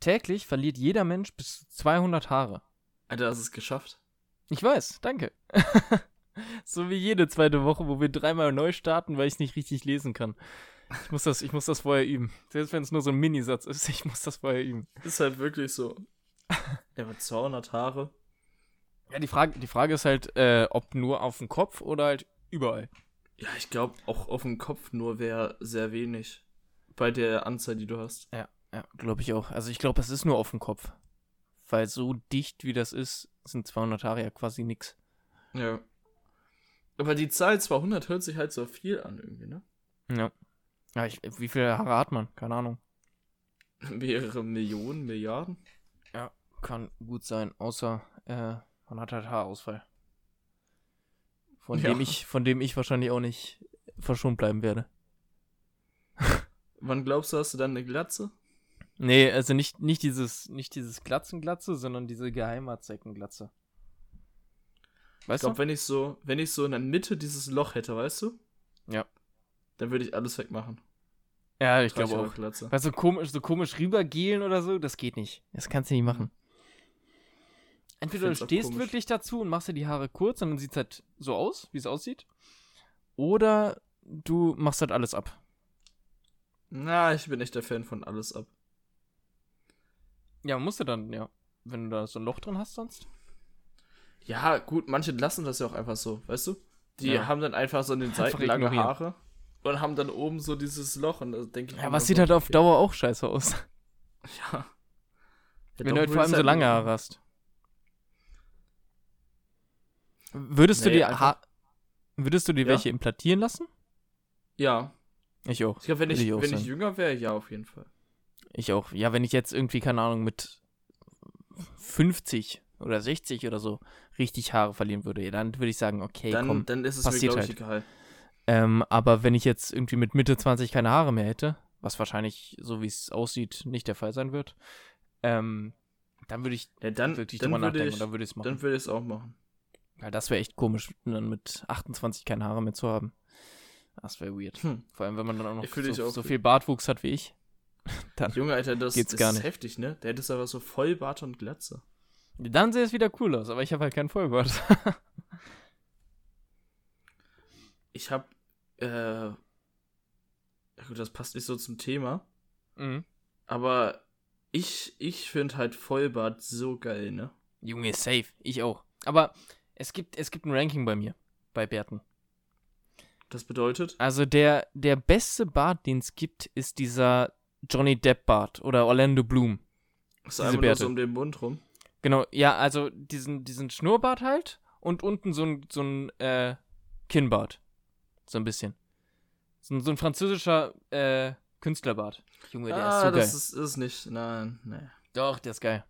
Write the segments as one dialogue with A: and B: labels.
A: Täglich verliert jeder Mensch bis zu 200 Haare.
B: Alter, hast du es geschafft?
A: Ich weiß, danke. so wie jede zweite Woche, wo wir dreimal neu starten, weil ich es nicht richtig lesen kann. Ich muss das, ich muss das vorher üben. Selbst wenn es nur so ein Minisatz ist, ich muss das vorher üben.
B: Ist halt wirklich so. Er hat 200 Haare.
A: Ja, die Frage, die Frage ist halt, äh, ob nur auf dem Kopf oder halt überall.
B: Ja, ich glaube, auch auf dem Kopf nur wäre sehr wenig. Bei der Anzahl, die du hast.
A: Ja, glaube ich auch. Also ich glaube, es ist nur auf dem Kopf. Weil so dicht wie das ist, sind 200 Haare ja quasi nix.
B: Ja. Aber die Zahl 200 hört sich halt so viel an irgendwie, ne?
A: Ja. Ja, ich, wie viele Haare hat man? Keine Ahnung.
B: Mehrere Millionen, Milliarden.
A: Kann gut sein, außer äh, man hat halt Haarausfall. Von
B: Ja.
A: dem ich, von dem ich wahrscheinlich auch nicht verschont bleiben werde.
B: Wann glaubst du, hast du dann eine Glatze?
A: Nee, also nicht, nicht dieses, nicht dieses Glatzenglatze, sondern diese Geheimatzeckenglatze.
B: Ich
A: Weißt
B: glaube, wenn ich so, wenn ich so in der Mitte dieses Loch hätte, weißt du?
A: Ja.
B: Dann würde ich alles wegmachen.
A: du? Ja, ich
B: Trag
A: glaube
B: eine
A: auch.
B: Glatze.
A: Weißt du, komisch, so komisch rübergehen oder so, das geht nicht. Das kannst du nicht machen. Entweder du
B: find's auch
A: stehst
B: komisch.
A: wirklich dazu und machst dir die Haare kurz und dann sieht es halt so aus, wie es aussieht. Oder du machst halt alles ab.
B: Na, ich bin echt der Fan von alles ab.
A: Ja, musst du dann, ja. Wenn du da so ein Loch drin hast sonst.
B: Ja, gut, manche lassen das ja auch einfach so, weißt du? Die
A: Ja.
B: haben dann einfach so an den Seiten
A: Einfach
B: lange
A: ignorieren.
B: Haare und haben dann oben so dieses Loch und da denke ich
A: Ja,
B: mir
A: was
B: so,
A: sieht halt auf
B: okay.
A: Dauer auch scheiße aus.
B: Ja.
A: wenn du halt vor allem so lange Haare hast. Würdest du
B: Nee,
A: dir
B: einfach-
A: ha würdest du dir
B: Ja.
A: welche implantieren lassen?
B: Ja.
A: Ich auch.
B: Ich glaube, wenn,
A: Würde
B: ich,
A: ich auch
B: wenn ich
A: sagen.
B: jünger wäre, ja, auf jeden Fall.
A: Ich auch. Ja, wenn ich jetzt irgendwie, keine Ahnung, mit 50 oder 60 oder so richtig Haare verlieren würde, ja, dann würde ich sagen, okay,
B: dann,
A: komm.
B: dann ist es
A: passiert
B: mir, glaube ich,
A: halt.
B: egal.
A: Ähm, aber wenn ich jetzt irgendwie mit Mitte 20 keine Haare mehr hätte, was wahrscheinlich, so wie es aussieht, nicht der Fall sein wird, ähm, dann würde ich
B: Ja, dann,
A: wirklich
B: dann,
A: drüber
B: würde
A: nachdenken
B: ich,
A: und dann würde ich es machen.
B: dann würde ich es auch machen.
A: Weil das wäre echt komisch, dann mit 28 keine Haare mehr zu haben. Das wäre weird.
B: Hm.
A: Vor allem, wenn man dann auch noch
B: Ich fühl dich
A: so,
B: auch
A: so
B: für-
A: viel Bartwuchs hat wie ich.
B: Junge, Alter, das,
A: Geht's
B: das
A: gar
B: ist
A: nicht.
B: heftig, ne? Der hätte es aber so voll Bart und Glatze.
A: Dann sähe es wieder cool aus, aber ich habe halt keinen Vollbart.
B: Ich habe, äh, ja gut, das passt nicht so zum Thema,
A: mhm.
B: aber ich, ich finde halt Vollbart so geil, ne?
A: Junge, safe. Ich auch. Aber es gibt, es gibt ein Ranking bei mir, bei Bärten.
B: Das bedeutet,
A: Also der, der beste Bart, den es gibt, ist dieser Johnny Depp Bart oder Orlando Bloom.
B: es ist
A: Diese
B: einfach nur
A: Bärte.
B: so um den Mund rum.
A: Genau, ja, also diesen, diesen Schnurrbart halt und unten so ein, so ein äh, Kinnbart. So ein bisschen. So ein, so ein französischer äh, Künstlerbart. Junge, Oh, der
B: ah,
A: ist so geil.
B: das ist, ist nicht, nein, nein.
A: Doch, der ist geil.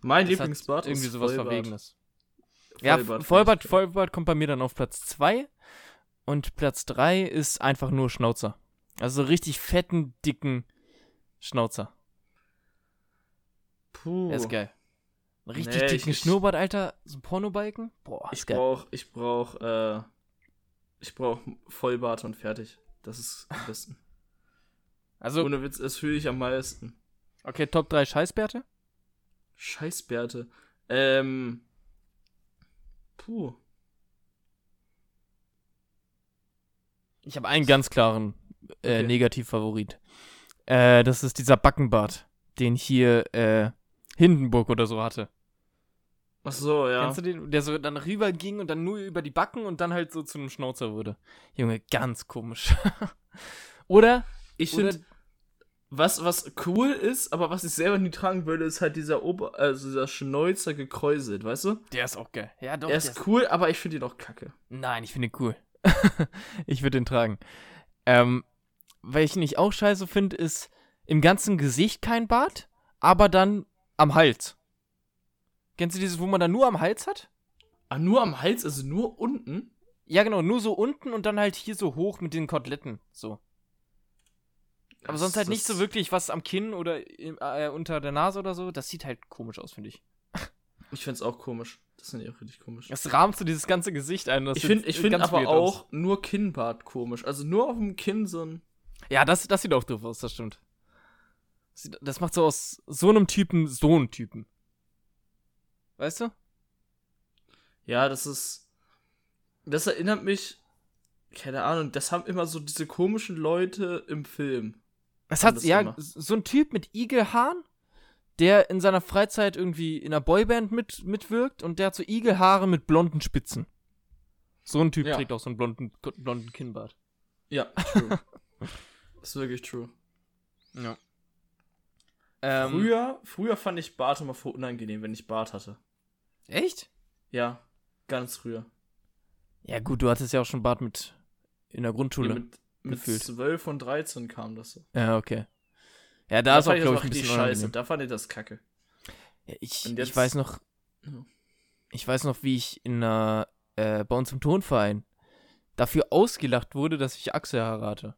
B: Mein
A: Das
B: Lieblingsbart
A: hat irgendwie
B: ist
A: sowas
B: Vollbart.
A: Verwegenes. Ja,
B: Vollbart find ich
A: Vollbart,
B: geil.
A: Vollbart kommt bei mir dann auf Platz 2 und Platz 3 ist einfach nur Schnauzer. Also so richtig fetten, dicken Schnauzer.
B: Puh.
A: Der ist geil. Einen Richtig
B: Nee, ich-
A: dicken
B: ich-
A: Schnurrbart, Alter. So ein Pornobalken. Boah,
B: Ich
A: ist geil.
B: brauch, ich brauch, äh, ich brauch Vollbart und fertig. Das ist am besten.
A: Also,
B: Ohne Witz, das fühle ich am meisten.
A: okay, Top 3 Scheißbärte.
B: Scheißbärte. Ähm. Puh.
A: Ich habe einen ganz klaren äh,
B: Okay.
A: Negativfavorit. Äh, das ist dieser Backenbart, den hier äh, Hindenburg oder so hatte.
B: Ach so, ja.
A: Kennst du den? Der so dann rüberging und dann nur über die Backen und dann halt so zu einem Schnauzer wurde. Junge, ganz komisch. oder?
B: Ich
A: oder
B: finde, was, was cool ist, aber was ich selber nie tragen würde, ist halt dieser Ober, also dieser Schnäuzer gekräuselt, weißt du?
A: der ist auch geil. Ja, doch.
B: er
A: der
B: ist cool, aber ich finde ihn auch kacke.
A: Nein, ich finde ihn cool. ich würde ihn tragen. Ähm, welchen ich auch scheiße finde, ist im ganzen Gesicht kein Bart, aber dann am Hals. Kennst du dieses, wo man dann nur am Hals hat?
B: Ah, nur am Hals, also nur unten?
A: Ja, genau, nur so unten und dann halt hier so hoch mit den Koteletten. So. Aber
B: Das-
A: sonst halt nicht
B: das-
A: so wirklich was am Kinn oder im, äh, unter der Nase oder so. Das sieht halt komisch aus, finde ich.
B: Ich finde es auch komisch. Das finde ich auch richtig komisch.
A: Es rahmt so dieses ganze Gesicht ein. Das
B: ich
A: sieht
B: finde ich find
A: ganz
B: aber
A: weird aus.
B: auch nur Kinnbart komisch. Also nur auf dem Kinn so ein.
A: Ja, das, das sieht auch doof aus, das stimmt. Sieht- Das macht so aus so einem Typen so einen Typen. Weißt du?
B: Ja, das ist. Das erinnert mich. Keine Ahnung, das haben immer so diese komischen Leute im Film.
A: Das
B: Haben
A: hat
B: das
A: ja
B: gemacht.
A: so ein Typ mit Igelhaaren, der in seiner Freizeit irgendwie in einer Boyband mit, mitwirkt und der hat so Igelhaare mit blonden Spitzen. So ein Typ
B: Ja.
A: trägt auch so einen blonden, blonden Kinnbart.
B: Ja, true. ist wirklich true.
A: Ja. Ähm,
B: früher, früher fand ich Bart immer voll unangenehm, wenn ich Bart hatte.
A: Echt?
B: Ja, ganz früher.
A: Ja, gut, du hattest ja auch schon Bart mit in der Grundschule.
B: Ja,
A: Ja,
B: mit mit
A: Gefühlt.
B: 12 und 13 kam das so.
A: okay. Ja, da, ist auch,
B: fand
A: glaube
B: das
A: ich, ein
B: richtig
A: bisschen
B: scheiße.
A: unangenehm.
B: Da fand ich das kacke.
A: Ja, ich,
B: Und
A: ich
B: jetzt-
A: weiß noch,
B: Ja.
A: ich weiß noch, wie ich in einer, äh, bei uns im Tonverein dafür ausgelacht wurde, dass ich Achselhaare hatte.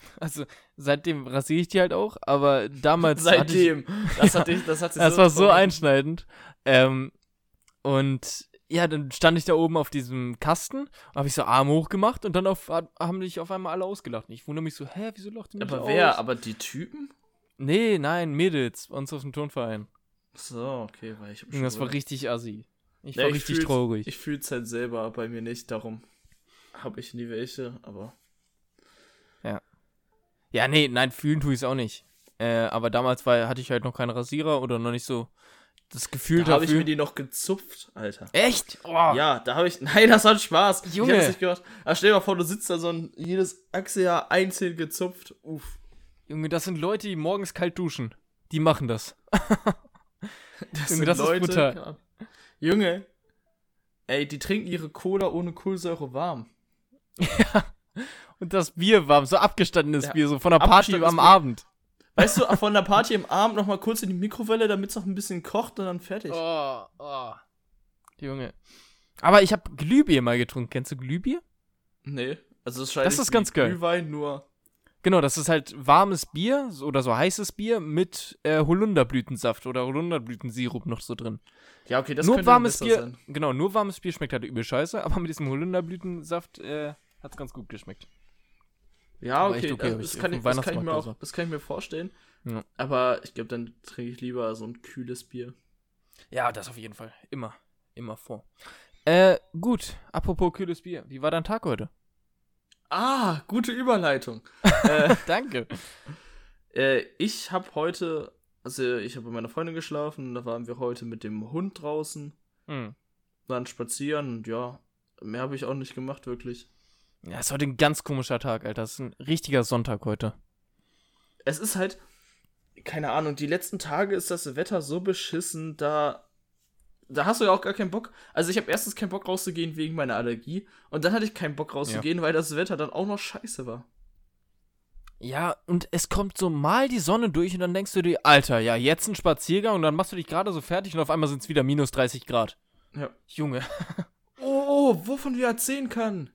A: Also, seitdem rasiere ich die halt auch, aber damals hatte ich,
B: Seitdem. Das, hat dich, das, hat sich
A: das war so
B: traurig-
A: einschneidend. Ähm, und ja, dann stand ich da oben auf diesem Kasten, habe ich so Arme hochgemacht und dann auf, haben dich auf einmal alle ausgelacht. Und ich wundere mich so, hä, wieso lacht ihr mich
B: Aber
A: aus?
B: wer? Aber die Typen?
A: Nee, nein, Mädels, bei uns auf dem Turnverein.
B: So, okay, weil ich. hab
A: Junge, Das
B: schon
A: war
B: gedacht.
A: richtig assi. Ich
B: Ja,
A: war
B: ich
A: richtig
B: fühl's-
A: traurig.
B: Ich fühle es halt selber bei mir nicht, darum habe ich nie welche, aber.
A: Ja, nee, nein, fühlen tue ich es auch nicht. Äh, aber damals war, hatte ich halt noch keinen Rasierer oder noch nicht so das Gefühl
B: Da habe ich
A: dafür.
B: mir die noch gezupft, Alter.
A: Echt? Oh.
B: Ja, da habe ich. Nein, das hat Spaß.
A: Junge.
B: Ich hab's nicht gehört. Ah, stell dir mal vor, du sitzt da so ein jedes Achseljahr einzeln gezupft. Uff.
A: Junge, das sind Leute, die morgens kalt duschen. Die machen das.
B: Das,
A: Junge, das ist brutal.
B: keine Ahnung. Junge. Ey, die trinken ihre Cola ohne Kohlensäure warm.
A: Und das Bier warm, so abgestandenes
B: Ja,
A: Bier, so von der Party
B: abgestandenes
A: am
B: Bier.
A: Abend.
B: Weißt du, von der Party im Abend nochmal kurz in die Mikrowelle, damit es noch ein bisschen kocht und dann fertig.
A: Oh, oh. Junge. Aber ich habe Glühbier mal getrunken. Kennst du Glühbier?
B: Nee. Also, das scheint
A: Das ist ganz geil.
B: Glühwein nur.
A: Genau, das ist halt warmes Bier so- oder so heißes Bier mit äh, Holunderblütensaft oder Holunderblütensirup noch so drin.
B: Ja, okay, das
A: nur
B: könnte
A: warmes
B: besser
A: Bier,
B: sein.
A: genau, nur warmes Bier schmeckt halt übel scheiße, aber mit diesem Holunderblütensaft äh, hat's ganz gut geschmeckt.
B: Ja,
A: Aber echt
B: okay,
A: okay,
B: also
A: hab ich
B: das, kann
A: auf dem
B: ich, das, kann ich
A: Weihnachtsmarkt
B: mir
A: oder
B: auch,
A: so.
B: das kann ich mir vorstellen.
A: Ja.
B: Aber ich glaube, dann trinke ich lieber so ein kühles Bier.
A: Ja, das auf jeden Fall. Immer. Immer vor. Äh, gut. Apropos kühles Bier. Wie war dein Tag heute?
B: Ah, gute Überleitung.
A: Danke.
B: Äh, ich habe heute, also ich habe bei meiner Freundin geschlafen, da waren wir heute mit dem Hund draußen,
A: Hm.
B: waren spazieren und ja, mehr habe ich auch nicht gemacht, wirklich.
A: Ja, ist heute ein ganz komischer Tag, Alter. Es ist ein richtiger Sonntag heute.
B: Es ist halt, keine Ahnung, die letzten Tage ist das Wetter so beschissen, da. Da hast du ja auch gar keinen Bock. Also ich habe erstens keinen Bock rauszugehen wegen meiner Allergie und dann hatte ich keinen Bock rauszugehen, weil das Wetter dann auch noch scheiße war.
A: Ja, und es kommt so mal die Sonne durch und dann denkst du dir, Alter, ja, jetzt ein Spaziergang und dann machst du dich gerade so fertig und auf einmal sind es wieder minus 30 Grad.
B: Ja.
A: Junge.
B: Oh, wovon du erzählen kann.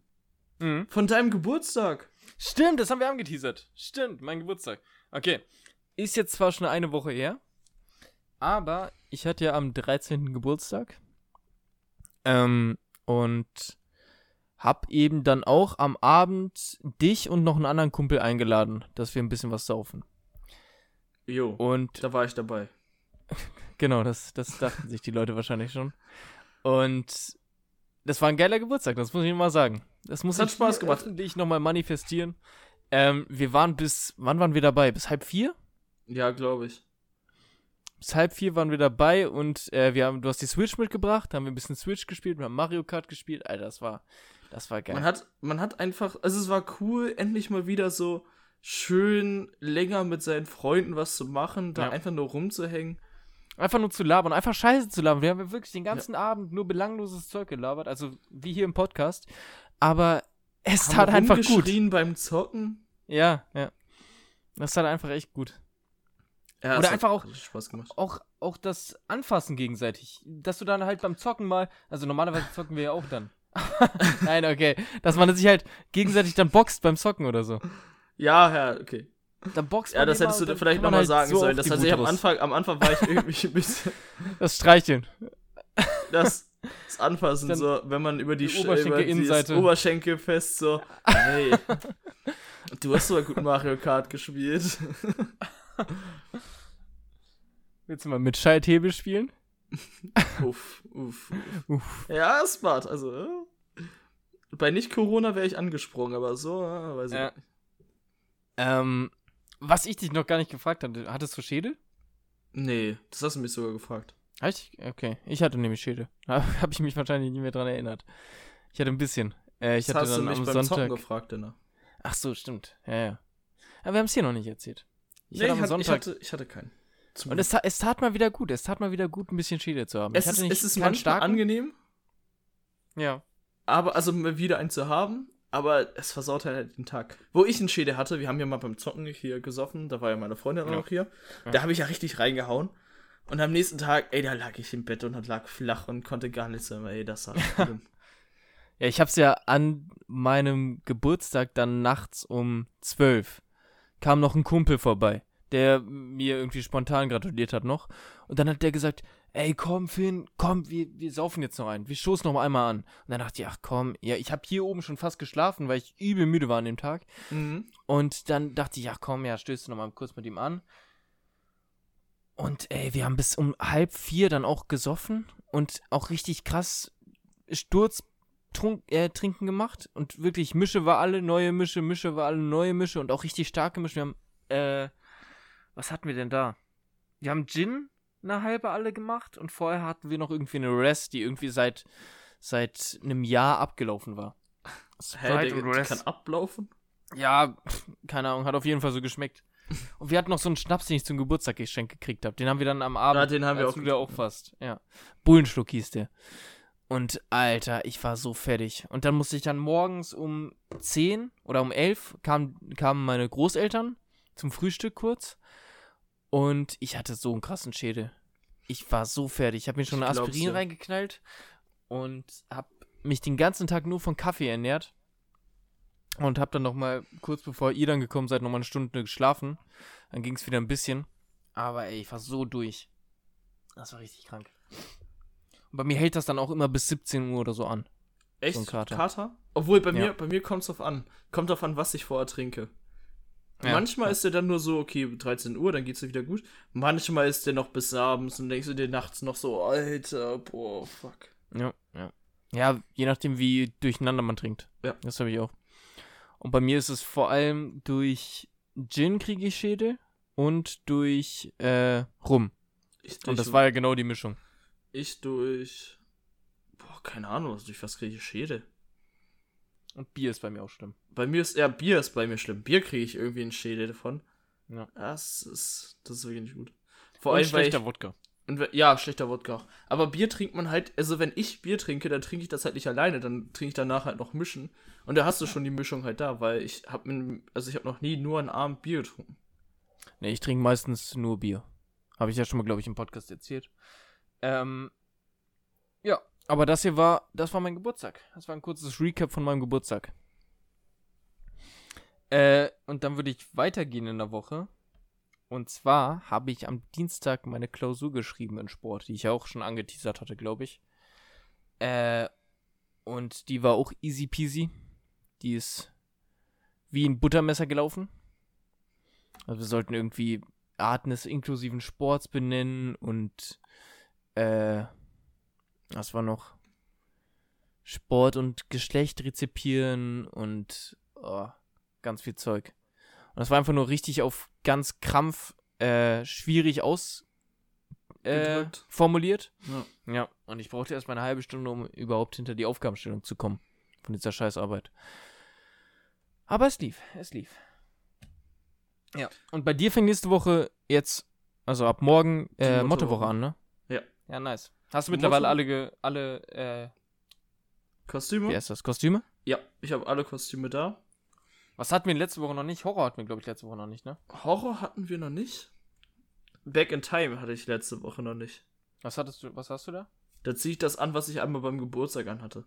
A: Hm.
B: Von deinem Geburtstag.
A: Stimmt, das haben wir angeteasert. Stimmt, mein Geburtstag. Okay. Ist jetzt zwar schon eine Woche her, aber ich hatte ja am 13. Geburtstag. Ähm, und hab eben dann auch am Abend dich und noch einen anderen Kumpel eingeladen, dass wir ein bisschen was saufen.
B: Jo,
A: Und
B: da war ich dabei.
A: genau, das, das dachten sich die Leute wahrscheinlich schon. Und das war ein geiler Geburtstag, das muss ich mal sagen. Das muss
B: Das hat
A: ich
B: Spaß
A: hier
B: gemacht.
A: öffentlich nochmal manifestieren. Ähm, wir waren bis, wann waren wir dabei? Bis halb vier?
B: Ja, glaube ich.
A: bis halb vier waren wir dabei und äh, wir haben, du hast die Switch mitgebracht, haben wir ein bisschen Switch gespielt, wir haben Mario Kart gespielt, Alter, das war, das war geil.
B: Man hat, man hat einfach, also es war cool, endlich mal wieder so schön länger mit seinen Freunden was zu machen, da
A: Ja.
B: einfach nur rumzuhängen.
A: einfach nur zu labern, einfach Scheiße zu labern. Wir haben ja wirklich den ganzen Abend nur belangloses Zeug gelabert, also wie hier im Podcast, aber es tat einfach gut.
B: rumgeschrien beim Zocken.
A: Ja, ja. Das tat einfach echt gut.
B: Ja, es
A: Oder
B: hat
A: einfach auch-
B: Spaß gemacht.
A: Auch, auch das Anfassen gegenseitig, dass du dann halt beim Zocken mal, also normalerweise zocken wir ja auch dann. Nein, okay. Dass man sich halt gegenseitig dann boxt beim Zocken oder so.
B: Ja, ja, okay.
A: Dann boxt
B: Ja,
A: man
B: das
A: immer
B: hättest du
A: und dann
B: vielleicht
A: kann man
B: nochmal mal
A: halt
B: sagen
A: so
B: sollen.
A: auf
B: Das
A: die
B: heißt, ich
A: Wut
B: am
A: raus.
B: Anfang, am Anfang war ich irgendwie ein bisschen
A: Das Streicheln.
B: das, das Anfassen,
A: Dann
B: so, wenn man über die,
A: die
B: Sch-
A: Oberschenkel-
B: über dieses
A: Innenseite.
B: Oberschenkel fest, so, hey, du hast sogar gut Mario Kart gespielt.
A: Willst du mal mit Schalthebel spielen?
B: Uff, uff.
A: Uff.
B: Ja, smart. Also, äh, bei Nicht-Corona wäre ich angesprungen, aber so, äh, weiß ich
A: Ja.
B: nicht.
A: Ähm, was ich dich noch gar nicht gefragt hatte, hattest du Schädel?
B: Nee, das hast du mich sogar gefragt.
A: Hab ich- Okay, ich hatte nämlich Schädel. Hab hab ich mich wahrscheinlich nicht mehr dran erinnert. Ich hatte ein bisschen. Äh, ich
B: das
A: hatte
B: hast du
A: dann
B: mich
A: am
B: beim
A: Sonntag.
B: Zocken gefragt, Denner.
A: Ach so, stimmt. Ja, ja. Aber wir haben es hier noch nicht erzählt. Ich
B: Nee,
A: hatte am
B: ich,
A: Sonntag.
B: hatte, ich hatte keinen. Zum
A: und es, ta- es tat mal wieder gut. Es tat mal wieder gut, ein bisschen Schädel zu haben.
B: es
A: ich hatte
B: ist,
A: nicht
B: es ist
A: keinen
B: manchmal
A: starken-
B: angenehm,
A: Ja.
B: aber also mal wieder einen zu haben, aber es versaut halt den Tag. Wo ich einen Schädel hatte, wir haben ja mal beim Zocken hier gesoffen, da war ja meine Freundin auch
A: Ja.
B: noch hier,
A: Ja.
B: da habe ich ja richtig reingehauen. Und am nächsten Tag, ey, da lag ich im Bett und lag flach und konnte gar nichts mehr, ey, das war schlimm.
A: Ja, ich hab's ja an meinem Geburtstag dann nachts um zwölf kam noch ein Kumpel vorbei, der mir irgendwie spontan gratuliert hat noch. Und dann hat der gesagt, ey, komm, Finn, komm, wir, wir saufen jetzt noch ein. Wir stoßen noch mal einmal an. Und dann dachte ich, ach komm, ja, ich hab hier oben schon fast geschlafen, weil ich übel müde war an dem Tag.
B: mhm.
A: Und dann dachte ich, ja komm, ja, stößt du nochmal kurz mit ihm an. Und ey, wir haben bis um halb vier dann auch gesoffen und auch richtig krass Sturz trunk, äh, trinken gemacht. Und wirklich, Mische war alle, neue Mische, Mische war alle, neue Mische und auch richtig starke Mische. Wir haben, äh, was hatten wir denn da? Wir haben Gin eine halbe alle gemacht und vorher hatten wir noch irgendwie eine Rest, die irgendwie seit, seit einem Jahr abgelaufen war.
B: Hä,
A: Sprite
B: der,
A: und
B: der
A: Rest.
B: kann ablaufen?
A: Ja, pff, keine Ahnung, hat auf jeden Fall so geschmeckt. Und wir hatten noch so einen Schnaps, den ich zum Geburtstag geschenkt gekriegt habe. Den haben wir dann am Abend.
B: Ah, den haben wir
A: als
B: auch
A: du da
B: getrunken,
A: auch fast. Ja. Bullenschluck hieß der. Und Alter, ich war so fertig. Und dann musste ich dann morgens um 10 oder um 11 kam, kamen meine Großeltern zum Frühstück kurz. Und ich hatte so einen krassen Schädel. Ich war so fertig. Ich habe mir schon
B: Ich
A: eine
B: glaub's
A: Aspirin
B: dir.
A: reingeknallt und habe mich den ganzen Tag nur von Kaffee ernährt. Und habe dann nochmal, kurz bevor ihr dann gekommen seid, nochmal eine Stunde geschlafen. Dann ging es wieder ein bisschen. Aber ey, ich war so durch. Das war richtig krank. Und bei mir hält das dann auch immer bis 17 Uhr oder so an.
B: Echt?
A: So ein Kater.
B: Obwohl, bei
A: Ja.
B: mir, bei mir kommt es drauf an. Kommt drauf an, was ich vorher trinke.
A: Ja.
B: Manchmal ist der dann nur so, okay, 13 Uhr, dann geht's dir wieder gut. Manchmal ist der noch bis abends und denkst du dir nachts noch so, Alter, boah, fuck.
A: Ja, ja. Ja, je nachdem, wie durcheinander man trinkt.
B: Ja.
A: Das habe ich auch. Und bei mir ist es vor allem durch Gin kriege ich Schädel und durch äh, Rum.
B: Ich durch,
A: Und das war ja genau die Mischung.
B: ich durch. Boah, keine Ahnung, was- durch was kriege ich Schädel?
A: Und Bier ist bei mir auch schlimm.
B: Bei mir ist eher Bier ist bei mir schlimm. Bier kriege ich irgendwie einen Schädel davon.
A: Ja.
B: Das ist, das ist wirklich nicht gut.
A: Vor
B: Vor allem, weil ich,
A: schlechter Wodka.
B: Und we- ja, schlechter Wodka auch. Aber Bier trinkt man halt, also wenn ich Bier trinke, dann trinke ich das halt nicht alleine, dann trinke ich danach halt noch Mischen. Und da hast du schon die Mischung halt da, weil ich hab mir, also ich habe noch nie nur einen Abend Bier getrunken.
A: Nee, ich trinke meistens nur Bier. Habe ich ja schon mal, glaube ich, im Podcast erzählt. Ähm, ja, aber das hier war, das war mein Geburtstag. Das war ein kurzes Recap von meinem Geburtstag. Äh, und dann würde ich weitergehen in der Woche. Und zwar habe ich am Dienstag meine Klausur geschrieben in Sport, die ich ja auch schon angeteasert hatte, glaube ich. Äh, und die war auch easy peasy. Die ist wie ein Buttermesser gelaufen. Also wir sollten irgendwie Arten des inklusiven Sports benennen und äh, was war noch? Sport und Geschlecht rezipieren und oh, ganz viel Zeug. Und das war einfach nur richtig auf ganz krampf äh, schwierig aus äh,
B: Gedrückt.
A: formuliert.
B: Ja.
A: Ja, und ich brauchte erst mal eine halbe Stunde, um überhaupt hinter die Aufgabenstellung zu kommen von dieser Scheißarbeit. Aber es lief, es lief. Ja, und bei dir fängt nächste Woche jetzt, also ab morgen, äh,
B: Die
A: Mottowoche
B: Mottowoche.
A: an, ne?
B: Ja.
A: Ja, nice. Hast du
B: Die
A: mittlerweile
B: Motto-
A: alle, ge, alle, äh,
B: Kostüme?
A: wie heißt das, Kostüme?
B: Ja, ich habe alle Kostüme da.
A: Was hatten wir letzte Woche noch nicht? Horror hatten wir, glaube ich, letzte Woche noch nicht, ne?
B: Horror hatten wir noch nicht. Back in Time hatte ich letzte Woche noch nicht.
A: Was hattest du, was hast du da?
B: Da ziehe ich das an, was ich einmal beim Geburtstag anhatte.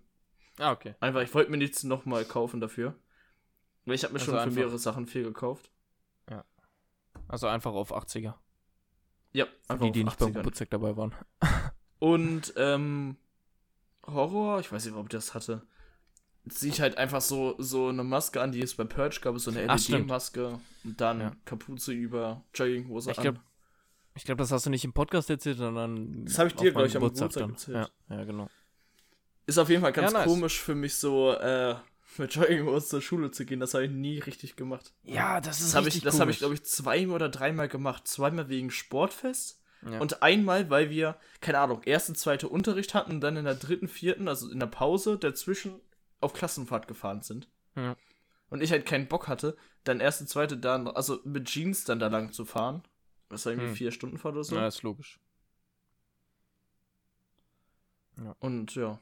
A: Ah, okay.
B: Einfach, ich wollte mir nichts nochmal kaufen dafür. Weil ich habe mir
A: Also
B: schon für
A: einfach-
B: mehrere Sachen viel gekauft.
A: Also einfach auf 80er.
B: Ja,
A: Für die,
B: auf
A: die nicht beim
B: 80ern.
A: Geburtstag dabei waren.
B: Und ähm, Horror, ich weiß nicht, ob ich das hatte. ziehe ich halt einfach so, so eine Maske an, die es bei Purge gab, so eine
A: Ach, stimmt.
B: LED-Maske und dann
A: Ja.
B: Kapuze über Jogginghose
A: Ich glaub,
B: an.
A: Ich glaube, das hast du nicht im Podcast erzählt, sondern.
B: Das hab ich dir,
A: auf meinem
B: glaub ich, am Geburtstag
A: dann. Ja, ja, genau.
B: Ist auf jeden Fall ganz
A: Ja, nice.
B: komisch für mich so, äh, mit Jogginghose zur Schule zu gehen. Das habe ich nie richtig gemacht.
A: Ja, das ist
B: Das habe ich, das habe ich glaube ich, zweimal oder dreimal gemacht. Zweimal wegen Sportfest
A: Ja.
B: und einmal, weil wir, keine Ahnung, ersten, zweite Unterricht hatten und dann in der dritten, vierten, also in der Pause dazwischen auf Klassenfahrt gefahren sind.
A: Ja.
B: Und ich halt keinen Bock hatte, dann erste, zweite, dann, also mit Jeans dann da lang zu fahren. Das war irgendwie
A: Hm.
B: vier Stunden Fahrt oder so.
A: Ja, ist logisch.
B: Und ja.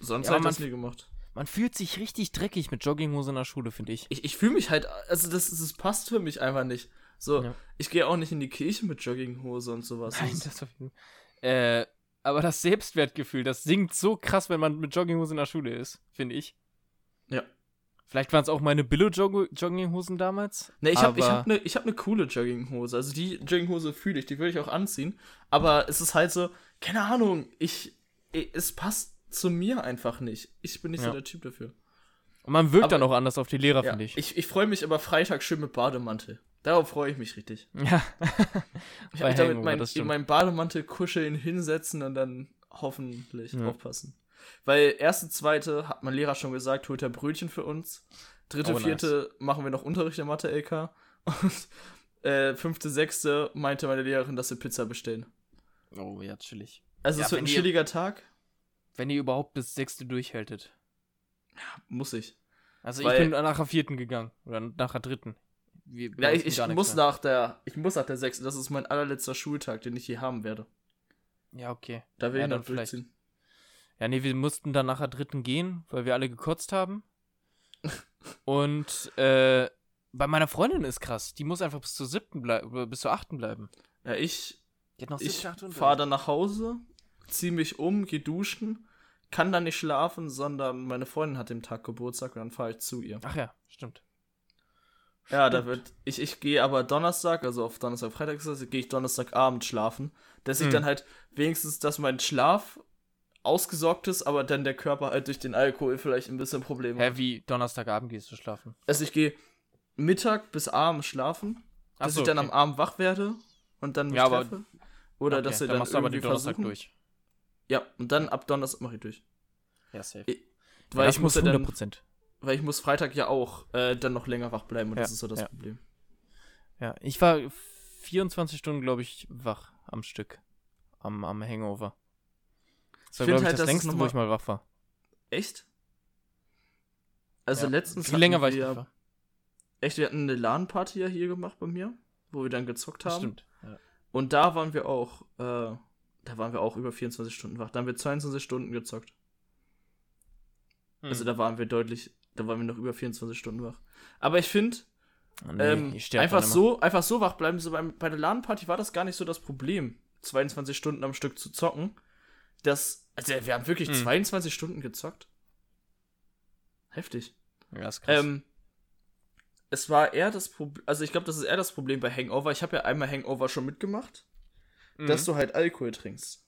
B: Sonst
A: Ja,
B: habe ich
A: aber
B: das
A: man-
B: nie gemacht.
A: Man fühlt sich richtig dreckig mit Jogginghose in der Schule, finde ich.
B: Ich, ich fühle mich halt, also das, das passt für mich einfach nicht. So,
A: Ja.
B: ich gehe auch nicht in die Kirche mit Jogginghose und sowas. Das ist-
A: das auf jeden Fall. Äh, aber das Selbstwertgefühl, das sinkt so krass, wenn man mit Jogginghose in der Schule ist, finde ich.
B: Ja.
A: Vielleicht waren es auch meine Billo-Jogginghosen damals.
B: Ne, ich habe ich
A: aber-
B: hab ne, ich hab ne coole Jogginghose. Also die Jogginghose fühle ich, die würde ich auch anziehen. Aber es ist halt so, keine Ahnung, ich, i- es passt zu mir einfach nicht. Ich bin nicht
A: Ja.
B: so der Typ dafür.
A: Und man wirkt
B: Aber-
A: dann auch anders auf die Lehrer,
B: Ja,
A: finde ich.
B: ich ich, freue mich aber Freitag schön mit Bademantel. Darauf freue ich mich richtig.
A: Ja.
B: Ich
A: Bei
B: mich damit
A: Hangover,
B: mein,
A: das
B: in
A: stimmt.
B: meinen Bademantel kuscheln, hinsetzen und dann hoffentlich
A: Ja.
B: aufpassen. Weil erste, zweite, hat mein Lehrer schon gesagt, holt er Brötchen für uns. Dritte,
A: Oh, nice.
B: vierte machen wir noch Unterricht in Mathe-LK. Und äh, fünfte, sechste meinte meine Lehrerin, dass wir Pizza bestellen.
A: Oh, ja, chillig.
B: Also
A: Ja,
B: es wird
A: wenn
B: ein
A: ihr-
B: chilliger Tag.
A: Wenn ihr überhaupt bis sechste durchhältet.
B: Muss ich.
A: Also
B: Weil-
A: ich bin nach der vierten gegangen. Oder nach der dritten. Wir- bei
B: Ja,
A: uns
B: ich,
A: ging
B: ich,
A: gar nichts
B: muss
A: mehr.
B: nach der, ich muss nach der sechsten. Das ist mein allerletzter Schultag, den ich je haben werde.
A: Ja, okay.
B: Da will
A: Ja,
B: ich
A: dann
B: noch durchziehen.
A: Ja, nee, wir mussten dann nach der dritten gehen, weil wir alle gekotzt haben. Und äh, bei meiner Freundin ist krass. Die muss einfach bis zur siebten bleiben, bis zur achten bleiben.
B: Ja, ich,
A: Die hat noch
B: ich
A: siebte, achte und
B: fahre dann nach Hause, ziehe mich um, gehe duschen, kann dann nicht schlafen, sondern meine Freundin hat dem Tag Geburtstag und dann fahre ich zu ihr.
A: Ach ja, stimmt.
B: Ja, da
A: Stimmt.
B: wird. Ich, ich gehe aber Donnerstag, also auf Donnerstag, Freitag ist das, gehe ich Donnerstagabend schlafen. Dass ich
A: Hm.
B: dann halt wenigstens, dass mein Schlaf ausgesorgt ist, aber dann der Körper halt durch den Alkohol vielleicht ein bisschen Probleme
A: Hä, wie Donnerstagabend gehst du schlafen?
B: Also ich gehe Mittag bis abend schlafen,
A: Ach
B: dass
A: so,
B: ich dann
A: okay.
B: am Abend wach werde und dann mich
A: Ja, aber-
B: treffe. Oder
A: Okay,
B: dass wir dann,
A: machst du aber
B: irgendwie
A: den Donnerstag
B: versuchen.
A: durch.
B: Ja, und dann ab Donnerstag mache ich durch.
A: Ja, safe.
B: Ich-
A: Weil
B: Weil
A: das
B: ich muss
A: muss
B: ja dann,
A: 100%.
B: weil ich muss Freitag ja auch äh, dann noch länger wach bleiben und
A: Ja,
B: das ist so das
A: ja.
B: Problem.
A: Ja, ich war 24 Stunden, glaube ich, wach am Stück. Am, am Hangover. Das war,
B: find
A: glaube ich,
B: halt,
A: das
B: dass es
A: längste,
B: noch
A: wo
B: mal-
A: ich mal wach war.
B: Echt? Also
A: ja.
B: letztens
A: Viel länger
B: hatten
A: war ich nicht
B: wir,
A: wach.
B: echt, wir hatten eine LAN-Party ja hier gemacht bei mir, wo wir dann gezockt
A: Das
B: haben.
A: stimmt. Ja.
B: Und da waren wir auch, äh, da waren wir auch über 24 Stunden wach. Da haben wir 22 Stunden gezockt. Also
A: Hm.
B: da waren wir deutlich, da waren wir noch über 24 Stunden wach. Aber ich finde,
A: Ah, nee,
B: ähm,
A: ich sterb
B: einfach
A: dann immer.
B: so, einfach so wach bleiben. So beim, bei der LAN-Party war das gar nicht so das Problem, 22 Stunden am Stück zu zocken. Das, also wir haben wirklich
A: Mhm.
B: 22 Stunden gezockt. Heftig.
A: Ja, ist krass.
B: Ähm, es war eher das Problem, also ich glaube, das ist eher das Problem bei Hangover. Ich habe ja einmal Hangover schon mitgemacht,
A: Mhm.
B: dass du halt Alkohol trinkst.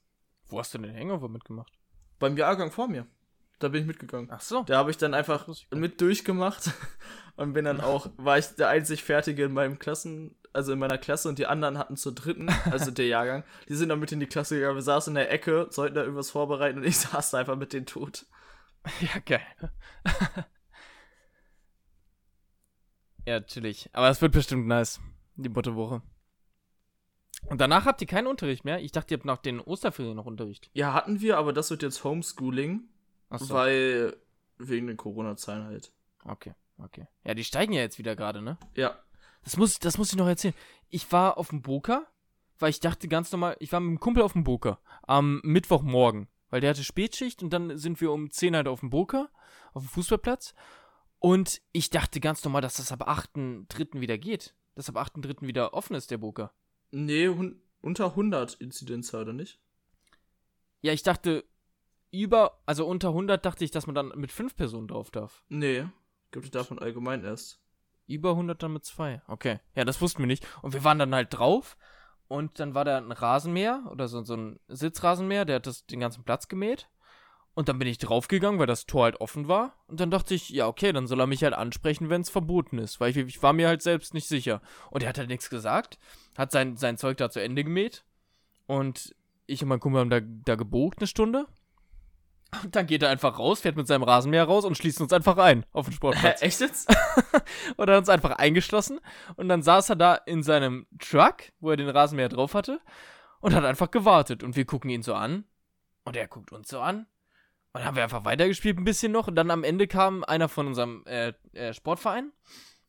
A: Wo hast du denn Hangover mitgemacht?
B: Beim Jahrgang vor mir. Da bin ich mitgegangen.
A: Ach so.
B: Da habe ich dann einfach
A: wusste ich gar
B: mit durchgemacht und bin dann auch, war ich der einzig Fertige in meinem Klassen, also in meiner Klasse und die anderen hatten zur dritten, also der Jahrgang, die sind dann mit in die Klasse gegangen, wir saßen in der Ecke, sollten da irgendwas vorbereiten und ich saß da einfach mit denen tot.
A: Ja, geil. ja, natürlich. Aber es wird bestimmt nice. Die Butterwoche. Und danach habt ihr keinen Unterricht mehr. Ich dachte, ihr habt nach den Osterferien noch Unterricht.
B: Ja, hatten wir, aber das wird jetzt Homeschooling,
A: Achso.
B: weil wegen den Corona-Zahlen halt.
A: Okay, okay. Ja, die steigen ja jetzt wieder gerade, ne?
B: Ja,
A: Das muss, das muss ich noch erzählen. Ich war auf dem Boker, weil ich dachte ganz normal, ich war mit einem Kumpel auf dem Boker am Mittwochmorgen, weil der hatte Spätschicht und dann sind wir um 10 halt auf dem Boker, auf dem Fußballplatz. Und ich dachte ganz normal, dass das ab 8.3. wieder geht. Dass ab 8.3. wieder offen ist, der Boker.
B: nee, hun unter 100 Inzidenz halt, oder nicht?
A: Ja, ich dachte, über, also unter 100 dachte ich, dass man dann mit 5 Personen drauf darf.
B: Nee, gibt es davon allgemein erst.
A: Über 100 dann mit zwei. Okay. Ja, das wussten wir nicht. Und wir waren dann halt drauf. Und dann war da ein Rasenmäher oder so, so ein Sitzrasenmäher, der hat das, den ganzen Platz gemäht. Und dann bin ich draufgegangen, weil das Tor halt offen war. Und dann dachte ich, ja, okay, dann soll er mich halt ansprechen, wenn es verboten ist. Weil ich, ich war mir halt selbst nicht sicher. Und er hat halt nichts gesagt, hat sein, sein Zeug da zu Ende gemäht. Und ich und mein Kumpel haben da, da gebogt eine Stunde. Und dann geht er einfach raus, fährt mit seinem Rasenmäher raus und schließt uns einfach ein auf den Sportplatz.
B: Äh, echt jetzt?
A: und hat uns einfach eingeschlossen. Und dann saß er da in seinem Truck, wo er den Rasenmäher drauf hatte. Und hat einfach gewartet. Und wir gucken ihn so an. Und er guckt uns so an. Und dann haben wir einfach weitergespielt ein bisschen noch. Und dann am Ende kam einer von unserem äh, äh, Sportverein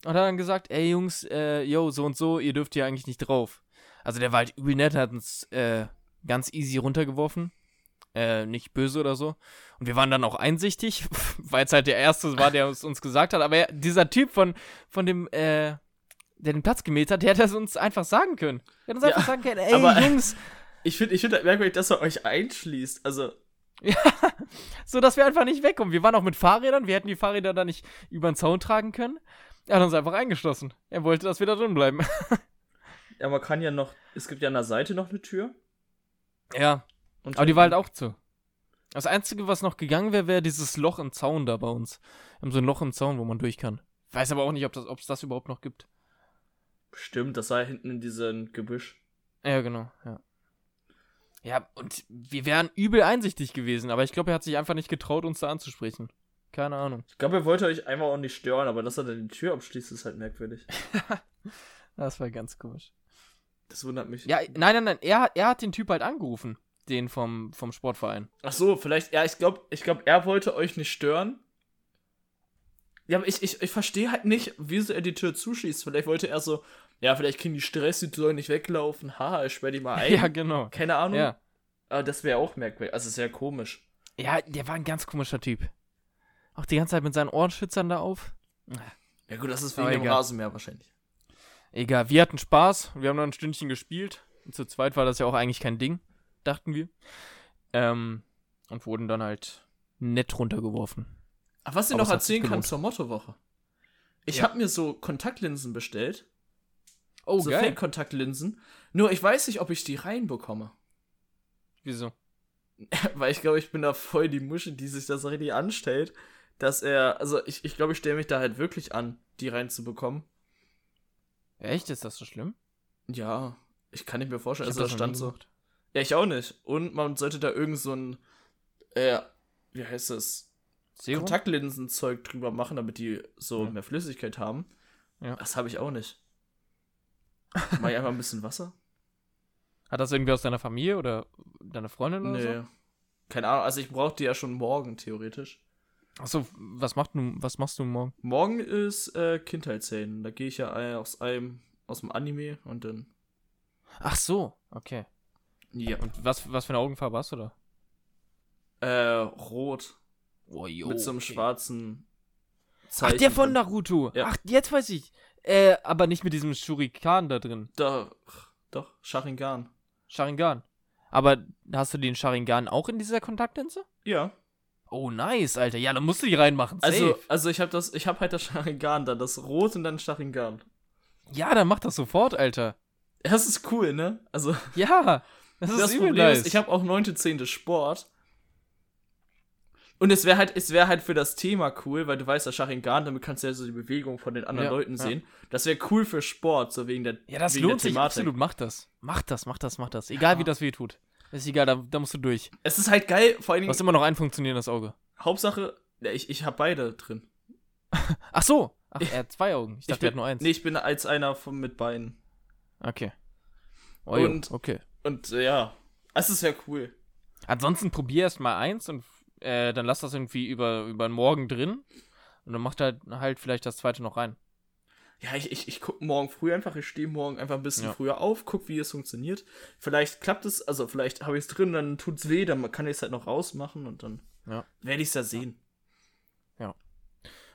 A: und hat dann gesagt, ey Jungs, äh, yo, so und so, ihr dürft hier eigentlich nicht drauf. Also der war halt übel nett, hat uns äh, ganz easy runtergeworfen. Äh, nicht böse oder so. Und wir waren dann auch einsichtig, weil es halt der Erste war, der es uns gesagt hat. Aber er, dieser Typ von, von dem, äh, der den Platz gemäht hat, der hätte es uns einfach sagen können. Der hätte uns
B: Ja,
A: einfach sagen können, ey
B: aber-
A: Jungs,
B: Ich finde ich find halt merkwürdig, dass er euch einschließt. Also,
A: so dass wir einfach nicht wegkommen. Wir waren auch mit Fahrrädern, wir hätten die Fahrräder da nicht über den Zaun tragen können. Er hat uns einfach eingeschlossen. Er wollte, dass wir da drin bleiben.
B: ja, man kann ja noch. Es gibt ja an der Seite noch eine Tür.
A: Ja,
B: Und
A: aber die war halt auch zu. Das Einzige, was noch gegangen wäre, wäre dieses Loch im Zaun da bei uns. Wir haben so ein Loch im Zaun, wo man durch kann. Weiß aber auch nicht, ob es das, ob's das überhaupt noch gibt.
B: Stimmt, das war ja hinten in diesem Gebüsch.
A: Ja, genau, ja. Ja, und wir wären übel einsichtig gewesen, aber ich glaube, er hat sich einfach nicht getraut, uns da anzusprechen. Keine Ahnung.
B: Ich glaube, er wollte euch einmal auch nicht stören, aber dass er dann die Tür abschließt, ist halt merkwürdig.
A: Das war ganz komisch.
B: Das wundert mich.
A: Ja, nein, nein, nein. Er, er hat den Typ halt angerufen. Den vom, vom Sportverein.
B: Ach so, vielleicht, ja, ich glaube, ich glaub, er wollte euch nicht stören. Ja, aber ich, ich, ich verstehe halt nicht, wieso er die Tür zuschließt. Vielleicht wollte er so, ja, vielleicht kriegen die Stress, die sollen nicht weglaufen. Haha, ich sperre die mal ein.
A: Ja, genau.
B: Keine Ahnung.
A: Ja.
B: Aber das wäre auch merkwürdig. Also, sehr komisch.
A: ja, der war ein ganz komischer Typ. Auch die ganze Zeit mit seinen Ohrenschützern da auf.
B: Ja, gut, das ist
A: Aber
B: wegen dem
A: egal.
B: Rasenmäher wahrscheinlich.
A: Egal, wir hatten Spaß. Wir haben noch ein Stündchen gespielt. Und zu zweit war das ja auch eigentlich kein Ding, dachten wir. Ähm, und wurden dann halt nett runtergeworfen.
B: Aber was ich
A: Aber
B: noch
A: es hat sich
B: erzählen kann
A: gelohnt.
B: zur Mottowoche. Ich
A: Ja.
B: habe mir so Kontaktlinsen bestellt.
A: Oh,
B: so Fake-Kontaktlinsen. Nur ich weiß nicht, ob ich die reinbekomme.
A: Wieso?
B: Weil ich glaube, ich bin da voll die Musche, die sich das richtig anstellt, dass er, also ich ich, glaube, ich stelle mich da halt wirklich an, die reinzubekommen.
A: Echt? Ist das so schlimm?
B: Ja, ich kann nicht mir vorstellen,
A: Ich
B: also
A: hab
B: das
A: noch
B: stand
A: nie
B: so.
A: gemacht.
B: Ja, ich auch nicht. Und man sollte da irgend so ein, äh, wie heißt das?
A: Serum?
B: Kontaktlinsenzeug drüber machen, damit die so
A: Ja.
B: mehr Flüssigkeit haben.
A: Ja.
B: Das habe ich auch nicht. Mach ich einfach ein bisschen Wasser?
A: Hat das irgendwie aus deiner Familie oder deiner Freundin oder
B: Nee. Keine Ahnung, also ich brauche die ja schon morgen, theoretisch.
A: so? Achso, was, macht du- was machst du morgen?
B: Morgen ist äh, Kindheitshelden. Da gehe ich ja ein- aus einem, aus dem Anime und dann.
A: Ach so, okay.
B: Ja.
A: Und was, was für eine Augenfarbe hast du da?
B: Äh, rot.
A: Oh, jo,
B: mit so einem schwarzen
A: Ach,
B: Zeichen.
A: der von
B: drin.
A: Naruto.
B: Ja.
A: Ach, jetzt weiß ich. Äh, aber nicht mit diesem Shurikan da drin.
B: Doch, doch, Sharingan.
A: Sharingan. Aber hast du den Sharingan auch in dieser Kontaktlinse?
B: Ja.
A: Oh, nice, Alter. Ja, dann musst du die reinmachen.
B: Also,
A: Safe.
B: also ich habe das, ich habe halt das Sharingan dann, das Rot und dann Sharingan.
A: Ja, dann mach das sofort, Alter.
B: Das ist cool, ne? Also,
A: Ja. Das ist
B: das,
A: übel
B: Problem
A: nice.
B: ist, ich habe auch 9.10. Sport. Und es wäre halt, es wäre halt für das Thema cool, weil du weißt, das Sharingan, damit kannst du ja so die Bewegung von den anderen
A: Ja,
B: Leuten
A: ja.
B: sehen. Das wäre cool für Sport, so wegen der
A: ja, das
B: wegen der
A: lohnt sich
B: Thematik.
A: absolut. Mach das. Mach das, mach das, mach das. Egal, wie das weh tut. Ist egal, da, da musst du durch.
B: Es ist halt geil, vor allen
A: Du
B: Dingen,
A: hast immer noch ein funktionierendes Auge.
B: Hauptsache, ja, ich, ich habe beide drin.
A: Ach so. Ach, er hat zwei Augen. Ich
B: Ich
A: dachte, er hat nur eins.
B: Nee, ich bin als einer von, mit beiden.
A: Okay. Oh, jo,
B: Und-
A: okay.
B: Und äh, ja, es ist ja cool.
A: Ansonsten probier erst mal eins und äh, dann lass das irgendwie über, über den Morgen drin. Und dann macht halt, halt vielleicht das zweite noch rein.
B: Ja, ich, ich, ich gucke morgen früh einfach, ich stehe morgen einfach ein bisschen
A: Ja.
B: früher auf, guck, wie es funktioniert. Vielleicht klappt es, also vielleicht habe ich es drin, dann tut's weh, dann kann ich es halt noch rausmachen und dann
A: Ja.
B: werde ich es ja sehen.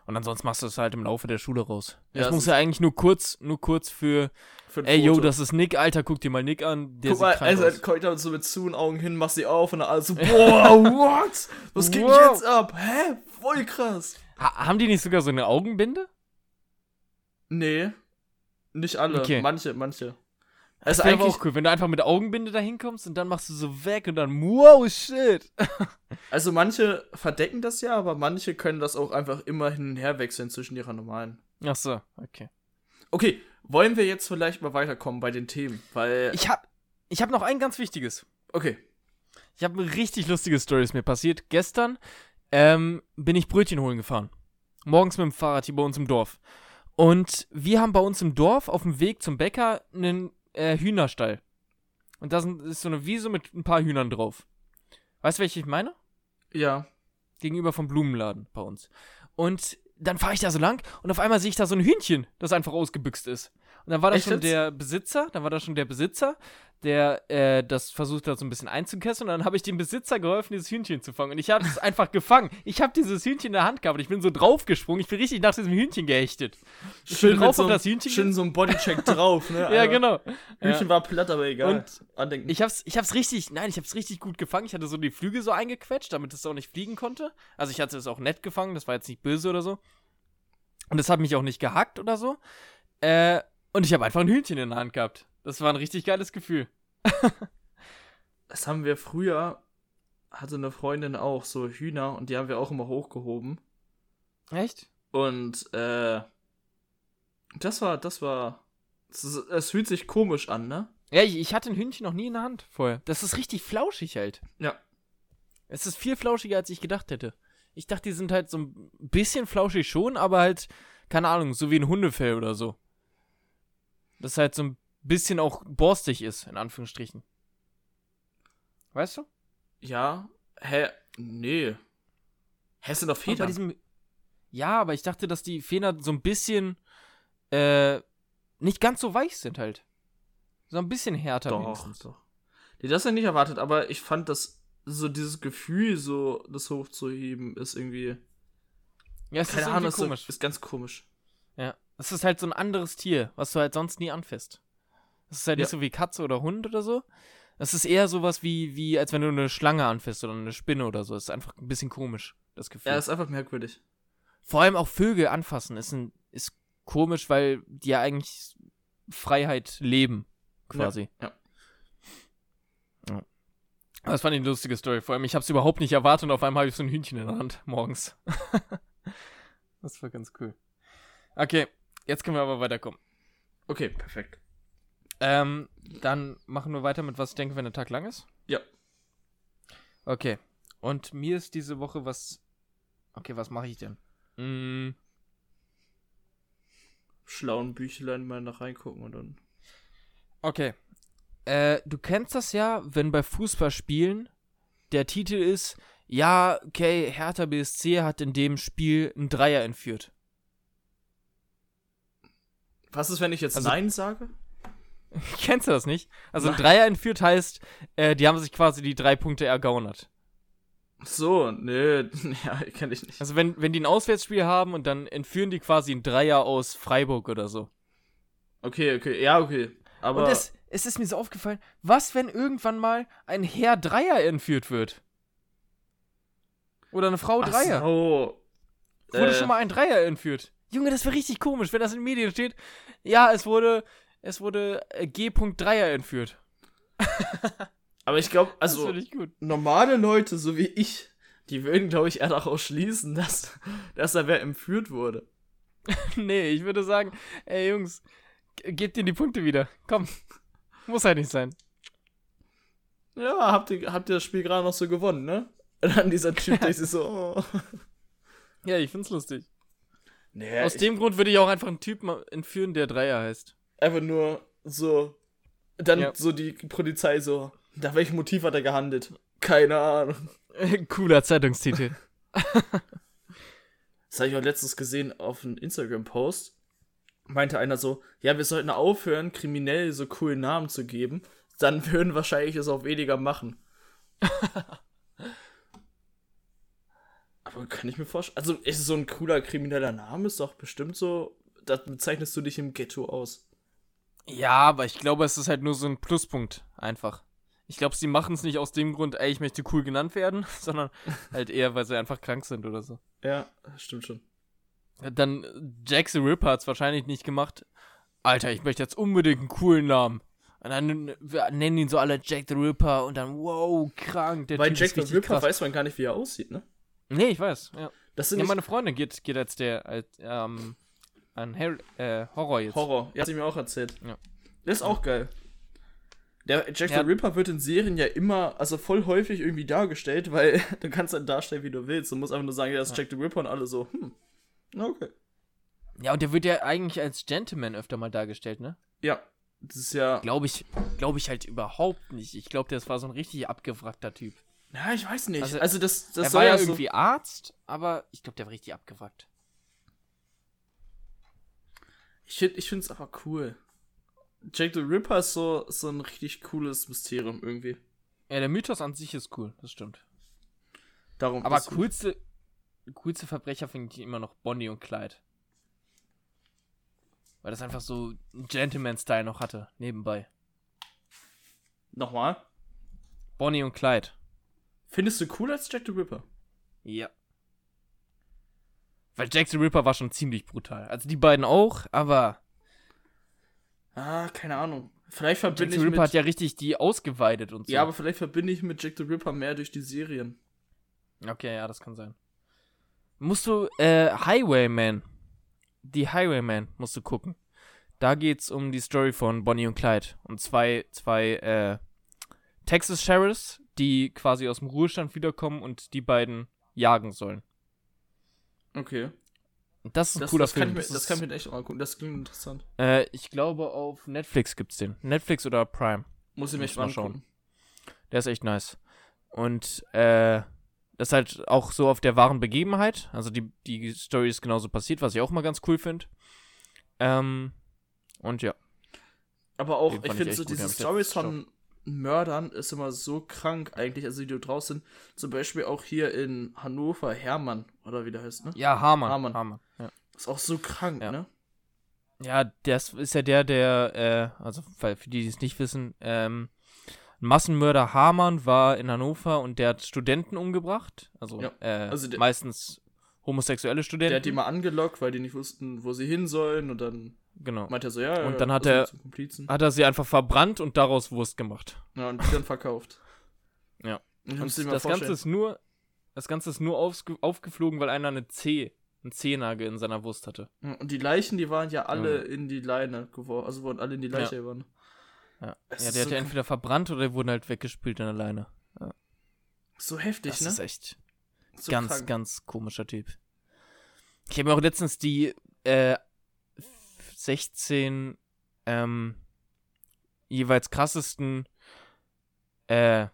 A: Und ansonsten machst du es halt im Laufe der Schule raus.
B: Ja,
A: das
B: es
A: muss
B: ist-
A: ja eigentlich nur kurz, nur kurz für,
B: Für ein
A: ey, yo,
B: Foto.
A: das ist Nick, Alter, guck dir mal Nick an. Der
B: Guck mal,
A: sieht krank
B: also
A: aus.
B: kommt da so mit zu den Augen hin, mach sie auf und dann alles so, boah, what? Was geht
A: Wow.
B: jetzt ab? Hä? Voll krass.
A: Ha haben die nicht sogar so eine Augenbinde?
B: Nee, nicht alle,
A: Okay.
B: manche, manche. Also
A: Wäre aber
B: eigentlich,
A: auch cool, wenn du einfach mit Augenbinde da hinkommst und dann machst du so weg und dann, wow, shit.
B: also manche verdecken das ja, aber manche können das auch einfach immer hin und her wechseln zwischen ihrer normalen.
A: Ach so, okay.
B: Okay, wollen wir jetzt vielleicht mal weiterkommen bei den Themen, weil
A: Ich hab, ich hab noch ein ganz wichtiges.
B: okay,
A: Ich habe eine richtig lustige Story ist mir passiert. Gestern ähm, bin ich Brötchen holen gefahren. Morgens mit dem Fahrrad hier bei uns im Dorf. Und wir haben bei uns im Dorf auf dem Weg zum Bäcker einen äh, Hühnerstall. Und da sind, ist so eine Wiese mit ein paar Hühnern drauf. Weißt du, welche ich meine?
B: ja,
A: Gegenüber vom Blumenladen bei uns. Und dann fahre ich da so lang und auf einmal sehe ich da so ein Hühnchen, das einfach ausgebüxt ist. Und dann war da
B: Echt
A: schon
B: jetzt?
A: der Besitzer, dann war da schon der Besitzer, der äh, das versucht hat, so ein bisschen einzukesseln. Und dann habe ich dem Besitzer geholfen, dieses Hühnchen zu fangen. Und ich habe es einfach gefangen. Ich habe dieses Hühnchen in der Hand gehabt und ich bin so draufgesprungen. Ich bin richtig nach diesem Hühnchen geächtet.
B: schön
A: drauf auf
B: mit so, einem-
A: das Hühnchen
B: schön so ein Bodycheck drauf, ne?
A: ja,
B: Alter.
A: genau. Ja.
B: Hühnchen war platt, aber egal.
A: Und
B: Andenken.
A: Ich hab's, ich hab's richtig, nein, ich hab's richtig gut gefangen. Ich hatte so die Flügel so eingequetscht, damit es auch nicht fliegen konnte. Also ich hatte es auch nett gefangen, das war jetzt nicht böse oder so. Und es hat mich auch nicht gehackt oder so. Äh, und ich habe einfach ein Hühnchen in der Hand gehabt. Das war ein richtig geiles Gefühl.
B: das haben wir früher, hatte eine Freundin auch, so Hühner, und die haben wir auch immer hochgehoben.
A: Echt?
B: Und äh, das war, das war, es ist- es fühlt sich komisch an, ne?
A: Ja, ich, ich hatte ein Hühnchen noch nie in der Hand vorher. Das ist richtig flauschig halt.
B: Ja.
A: Es ist viel flauschiger, als ich gedacht hätte. Ich dachte, die sind halt so ein bisschen flauschig schon, aber halt, keine Ahnung, so wie ein Hundefell oder so. Das halt so ein bisschen auch borstig ist, in Anführungsstrichen. Weißt du?
B: Ja, hä, nee. Hä, es sind doch
A: Und Bei
B: Federn.
A: diesem ja, aber ich dachte, dass die Federn so ein bisschen äh, nicht ganz so weich sind halt. So ein bisschen härter.
B: doch,
A: wenigstens.
B: doch. Nee, das hätte ich nicht erwartet, aber ich fand das, so dieses Gefühl, so das hochzuheben, ist irgendwie,
A: Ja, es
B: keine
A: ist
B: Ahnung,
A: irgendwie
B: ist, so-
A: komisch.
B: ist ganz komisch.
A: Ja, es ist halt so ein anderes Tier, was du halt sonst nie anfasst. Es ist halt
B: Ja.
A: nicht so wie Katze oder Hund oder so. Es ist eher sowas wie, wie, als wenn du eine Schlange anfasst oder eine Spinne oder so. Es ist einfach ein bisschen komisch, das Gefühl.
B: Ja, ist einfach merkwürdig.
A: Vor allem auch Vögel anfassen ist, ein, ist komisch, weil die ja eigentlich Freiheit leben, quasi.
B: Ja,
A: Ja. Das fand ich eine lustige Story. Vor allem, ich habe es überhaupt nicht erwartet und auf einmal habe ich so ein Hühnchen in der Hand morgens. das war ganz cool. Okay, jetzt können wir aber weiterkommen.
B: Okay, perfekt.
A: Ähm, dann machen wir weiter mit was ich denke, wenn der Tag lang ist.
B: Ja.
A: Okay. Und mir ist diese Woche was. Okay, was mache ich denn? Mm,
B: Schlauen Büchlein mal nach reingucken und dann.
A: okay. Äh, du kennst das ja, wenn bei Fußballspielen der Titel ist, ja, okay, Hertha BSC hat in dem Spiel einen Dreier entführt.
B: Was ist, wenn ich jetzt
A: Also-
B: Nein sage?
A: Kennst du das nicht? Also ein
B: Nein.
A: Dreier entführt heißt, äh, die haben sich quasi die drei Punkte ergaunert.
B: So, nee, ja, kenne ich nicht.
A: Also wenn, wenn die ein Auswärtsspiel haben und dann entführen die quasi einen Dreier aus Freiburg oder so.
B: Okay, okay, ja, okay. Aber
A: und es, es ist mir so aufgefallen, was, wenn irgendwann mal ein Herr Dreier entführt wird? Oder eine Frau
B: Ach
A: Dreier.
B: So.
A: Wurde
B: äh,
A: schon mal ein Dreier entführt. Junge, das wäre richtig komisch, wenn das in den Medien steht. Ja, es wurde, es wurde äh, G. Dreier entführt.
B: Aber ich glaube,
A: Das
B: also
A: finde ich gut.
B: normale Leute, so wie ich, die würden, glaube ich, eher daraus schließen, dass, dass da wer entführt wurde.
A: nee, ich würde sagen, ey Jungs, ge- gebt ihr die Punkte wieder. Komm. Muss halt nicht sein.
B: Ja, habt ihr, habt ihr das Spiel gerade noch so gewonnen, ne? Und dann dieser Typ, der sich so. Oh.
A: Ja, ich find's lustig.
B: Nee,
A: Aus dem Grund würde ich auch einfach einen Typen entführen, der Dreier heißt.
B: einfach nur so. Dann
A: Ja.
B: so die Polizei so. Nach welchem Motiv hat er gehandelt? Keine Ahnung.
A: Cooler Zeitungstitel.
B: Das habe ich auch letztens gesehen auf einem Instagram-Post. Meinte einer so, ja, wir sollten aufhören, kriminell so coolen Namen zu geben. Dann würden wahrscheinlich es auch weniger machen. Aber kann ich mir vorstellen. Also, ist so ein cooler krimineller Name ist doch bestimmt so. Da bezeichnest du dich im Ghetto aus.
A: ja, aber ich glaube, es ist halt nur so ein Pluspunkt einfach. Ich glaube, sie machen es nicht aus dem Grund, ey, ich möchte cool genannt werden, sondern halt eher, weil sie einfach krank sind oder so.
B: Ja, stimmt schon.
A: Dann äh, Jack the Ripper hat es wahrscheinlich nicht gemacht. Alter, ich möchte jetzt unbedingt einen coolen Namen. Und dann wir nennen ihn so alle Jack the Ripper und dann, wow, krank. Der
B: Weil
A: Typ
B: Jack
A: ist
B: the
A: richtig
B: Ripper
A: krass.
B: weiß man gar nicht, wie er aussieht, ne?
A: Nee, ich weiß. Ja,
B: Das sind
A: ja
B: nicht
A: meine Freundin geht, geht als der, als, ähm, an Harry, äh, Horror jetzt.
B: Horror. Ja, hat sie mir auch erzählt.
A: Ja.
B: Das ist auch geil. Der Jack
A: Ja.
B: the Ripper wird in Serien ja immer, also voll häufig irgendwie dargestellt, weil du kannst dann darstellen, wie du willst. Du musst einfach nur sagen, ja, das ist Jack the Ripper und alle so, hm, na okay.
A: Ja, und der wird ja eigentlich als Gentleman öfter mal dargestellt, ne?
B: Ja, das ist ja,
A: Glaube ich, glaube ich halt überhaupt nicht. Ich glaube, das war so ein richtig abgewrackter Typ.
B: ja, ich weiß nicht. Also,
A: Also,
B: das, das
A: er
B: soll
A: war ja
B: so-
A: irgendwie Arzt, aber ich glaube, der war richtig abgewrackt.
B: Ich, find- ich find's aber cool. Jack the Ripper ist so, so ein richtig cooles Mysterium irgendwie.
A: Ja, der Mythos an sich ist cool, das stimmt.
B: Darum
A: Aber
B: das-
A: coolste, coolste Verbrecher finde ich immer noch Bonnie und Clyde. Weil das einfach so einen Gentleman-Style noch hatte, nebenbei.
B: Nochmal.
A: Bonnie und Clyde.
B: Findest du cooler als Jack the Ripper?
A: Ja. Weil Jack the Ripper war schon ziemlich brutal. Also die beiden auch, aber
B: Ah, keine Ahnung. Vielleicht
A: Jack
B: verbinde
A: the
B: ich mit.
A: Ripper hat ja richtig die ausgeweidet und so.
B: Ja, aber vielleicht verbinde ich mit Jack the Ripper mehr durch die Serien.
A: Okay, ja, das kann sein. Musst du, äh, Highwayman. Die Highwayman musst du gucken. Da geht's um die Story von Bonnie und Clyde. Und zwei, zwei, äh, Texas Sheriffs, die quasi aus dem Ruhestand wiederkommen und die beiden jagen sollen.
B: Okay.
A: Und das ist ein
B: Das,
A: cooler
B: das,
A: Film.
B: kann ich mir, das, kann ich
A: ist,
B: mir echt auch angucken. Das klingt interessant.
A: äh, ich glaube, auf Netflix gibt's den. Netflix oder Prime.
B: Muss ich mir
A: Muss
B: echt mal
A: mal
B: anschauen.
A: Der ist echt nice. Und äh, das ist halt auch so auf der wahren Begebenheit. Also die, die Story ist genauso passiert, was ich auch mal ganz cool finde. Ähm, und ja.
B: Aber auch,
A: Den
B: ich
A: fand
B: finde
A: ich
B: so
A: echt gut, den
B: diese
A: hab ich
B: Stories
A: letztens
B: von Mördern ist immer so krank eigentlich, also die da draußen sind. Zum Beispiel auch hier in Hannover, Hermann, oder wie der heißt, ne?
A: Ja, Hamann.
B: Hamann.
A: Hamann. Ja.
B: Ist auch so krank,
A: Ja.
B: ne?
A: ja, das ist ja der, der, äh, also weil für die, die es nicht wissen, ähm, Massenmörder Hamann war in Hannover und der hat Studenten umgebracht. Also,
B: Ja.
A: äh,
B: Also der-
A: meistens homosexuelle Studenten.
B: Der hat die mal angelockt, weil die nicht wussten, wo sie hin sollen. Und dann
A: genau.
B: meinte er so, ja,
A: Und dann hat
B: also
A: er-
B: Zum Komplizen.
A: Hat er sie einfach verbrannt und daraus Wurst gemacht.
B: Ja, und die dann verkauft.
A: Ja. Und
B: Und das
A: das Ganze ist nur, das Ganze ist nur aufge aufgeflogen, weil einer eine C, einen C-Nagel in seiner Wurst hatte.
B: und die Leichen, die waren ja alle in die Leine geworfen. Also wurden alle in die Leiche geworfen.
A: Ja,
B: Es
A: ja
B: ist
A: der
B: so
A: hat ja
B: kr-
A: entweder verbrannt oder wurden halt weggespült in der Leine.
B: So heftig,
A: Das
B: ne?
A: ist echt
B: so
A: ganz,
B: krank.
A: ganz komischer Typ. Ich habe mir auch letztens die äh, 16 ähm, jeweils krassesten äh,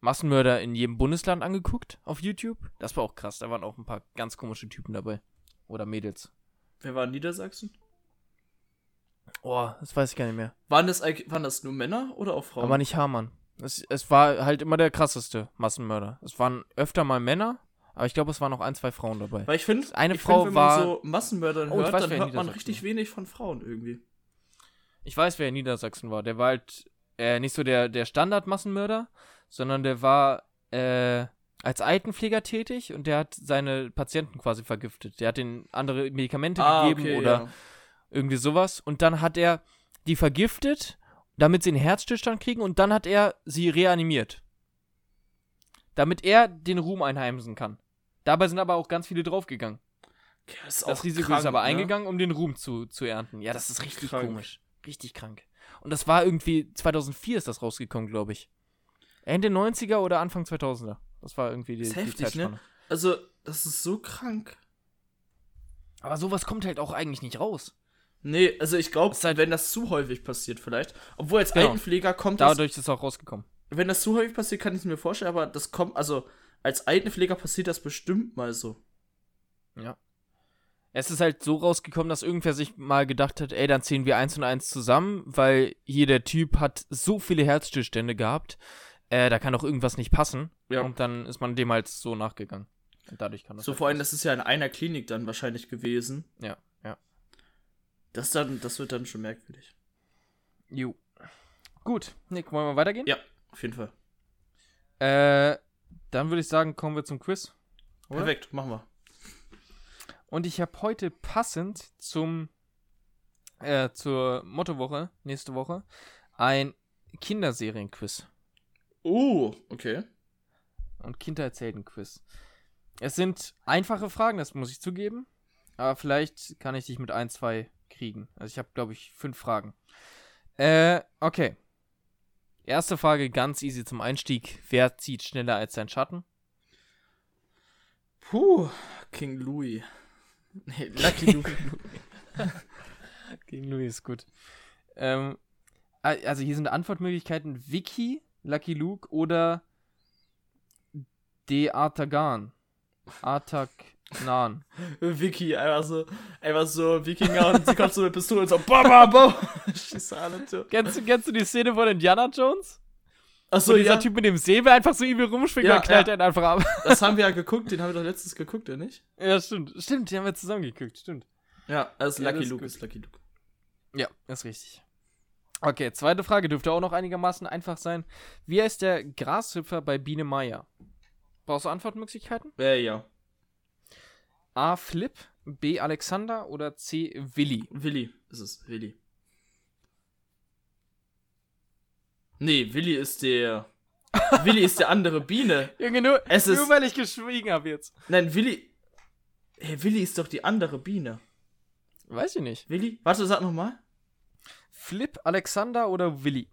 A: Massenmörder in jedem Bundesland angeguckt auf YouTube. Das war auch krass. Da waren auch ein paar ganz komische Typen dabei. Oder Mädels.
B: Wer war in Niedersachsen?
A: Oh, das weiß ich gar nicht mehr.
B: Waren das, eigentlich- waren das nur Männer oder auch Frauen?
A: Aber nicht Hamann. Es, es war halt immer der krasseste Massenmörder. Es waren öfter mal Männer, aber ich glaube, es waren auch ein, zwei Frauen dabei.
B: Weil ich finde,
A: Eine
B: ich
A: Frau
B: wenn
A: war-
B: man so Massenmördern
A: Oh, ich
B: hört,
A: weiß,
B: dann
A: wer in
B: hört man
A: Niedersachsen
B: richtig
A: war.
B: wenig von Frauen irgendwie.
A: Ich weiß, wer in Niedersachsen war. Der war halt äh, nicht so der, der Standard-Massenmörder, sondern der war äh, als Altenpfleger tätig und der hat seine Patienten quasi vergiftet. Der hat ihnen andere Medikamente gegeben oder
B: Ah, ja.
A: irgendwie sowas. Und dann hat er die vergiftet, damit sie einen Herzstillstand kriegen. Und dann hat er sie reanimiert. Damit er den Ruhm einheimsen kann. Dabei sind aber auch ganz viele draufgegangen.
B: Okay, das ist
A: Das
B: auch
A: Risiko
B: krank,
A: ist aber
B: ne?
A: eingegangen, um den Ruhm zu, zu ernten. Ja, das, ist
B: Das ist
A: richtig
B: krank.
A: komisch. Richtig krank. Und das war irgendwie, 2004 ist das rausgekommen, glaube ich. Ende 90er oder Anfang 2000er. Das war irgendwie die,
B: Ist
A: die
B: heftig, ne?
A: Zeitspanne.
B: Also, das ist so krank.
A: Aber sowas kommt halt auch eigentlich nicht raus.
B: Nee, also ich glaube,
A: Ist halt-
B: wenn das zu häufig passiert vielleicht. Obwohl als
A: Genau.
B: Altenpfleger kommt das,
A: Dadurch ist es auch rausgekommen.
B: wenn das zu häufig passiert, kann ich es mir vorstellen, aber das kommt, also als Altenpfleger passiert das bestimmt mal so.
A: Es ist halt so rausgekommen, dass irgendwer sich mal gedacht hat, ey, dann ziehen wir eins und eins zusammen, weil hier der Typ hat so viele Herzstillstände gehabt, äh, da kann doch irgendwas nicht passen.
B: Ja.
A: Und dann ist man dem halt so nachgegangen. Und dadurch kann das.
B: So
A: halt
B: vor allem,
A: raus.
B: das ist ja in einer Klinik dann wahrscheinlich gewesen.
A: Ja, ja.
B: Das dann, das wird dann schon merkwürdig.
A: Jo. Gut, Nick, wollen wir weitergehen?
B: Ja, auf jeden Fall.
A: Äh, dann würde ich sagen, kommen wir zum Quiz. Oder?
B: Perfekt, machen wir.
A: Und ich habe heute passend zum äh, zur Mottowoche nächste Woche ein Kinderserienquiz
B: Oh, okay.
A: und Kindheitsheldenquiz. Es sind einfache Fragen, das muss ich zugeben. Aber vielleicht kann ich dich mit ein, zwei kriegen. Also ich habe, glaube ich, fünf Fragen. Äh, okay. Erste Frage, ganz easy zum Einstieg. Wer zieht schneller als sein Schatten?
B: Puh, King Louis. Nee, Lucky Luke.
A: Gegen Louis ist gut. Ähm, a- also hier sind Antwortmöglichkeiten Vicky, Lucky Luke oder De Artagan. Artagnan.
B: Vicky, einfach so, einfach so Wikinger und sie kommt so mit Pistole und so, bam, bam, bam, schießt sie alle Tür.
A: kennst, du, kennst du die Szene von Indiana Jones?
B: Achso,
A: So dieser
B: ja,
A: Typ mit dem Säbel einfach so übel rumschwingt
B: Ja,
A: und knallt
B: ja.
A: einen einfach ab.
B: das haben wir ja geguckt, den haben wir doch letztens geguckt, oder nicht?
A: ja, stimmt. Stimmt, die haben wir zusammengeguckt, stimmt.
B: Ja, also
A: Ja,
B: Lucky
A: das ist
B: Luke
A: gut.
B: ist Lucky Luke.
A: Ja, ist richtig. Okay, zweite Frage dürfte auch noch einigermaßen einfach sein. Wie heißt der Grashüpfer bei Biene Meier? Brauchst du Antwortmöglichkeiten?
B: Äh, ja.
A: A. Flip, B. Alexander oder C. Willi?
B: Willi ist es, Willi. Nee, Willi ist der. Willi ist der andere Biene.
A: Junge, nur,
B: Es
A: nur
B: ist-
A: weil ich geschwiegen habe jetzt.
B: Nein, Willi. Hey, Willi ist doch die andere Biene.
A: Weiß ich nicht.
B: Willi? Warte, sag nochmal.
A: Flip, Alexander oder Willi?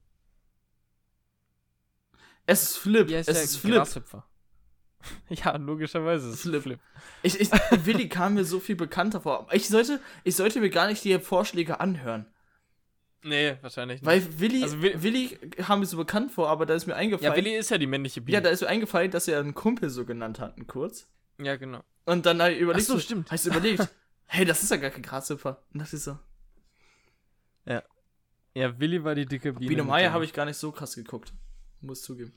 B: Es ist Flip.
A: Wie heißt
B: es
A: der
B: ist Flip.
A: Grashüpfer? Ja, logischerweise ist es
B: Flip.
A: Flip.
B: Ich, ich, Willi kam mir so viel bekannter vor. Ich sollte, ich sollte mir gar nicht die Vorschläge anhören.
A: Nee, wahrscheinlich nicht.
B: Weil Willi,
A: Also Wi-
B: Willi, kam mir so bekannt vor, aber da ist mir eingefallen.
A: ja, Willi ist ja die männliche
B: ja,
A: Biene.
B: da ist mir eingefallen, dass wir einen Kumpel so genannt hatten, kurz.
A: Ja, genau.
B: Und dann habe ich überlegt,
A: Ach so, stimmt.
B: Habe ich so überlegt, hey, das ist ja gar kein Grashüpfer. Und dachte ich so,
A: Ja, Willi war die dicke Biene.
B: Biene
A: mit
B: Meier
A: dem-
B: habe ich gar nicht so krass geguckt. Muss zugeben.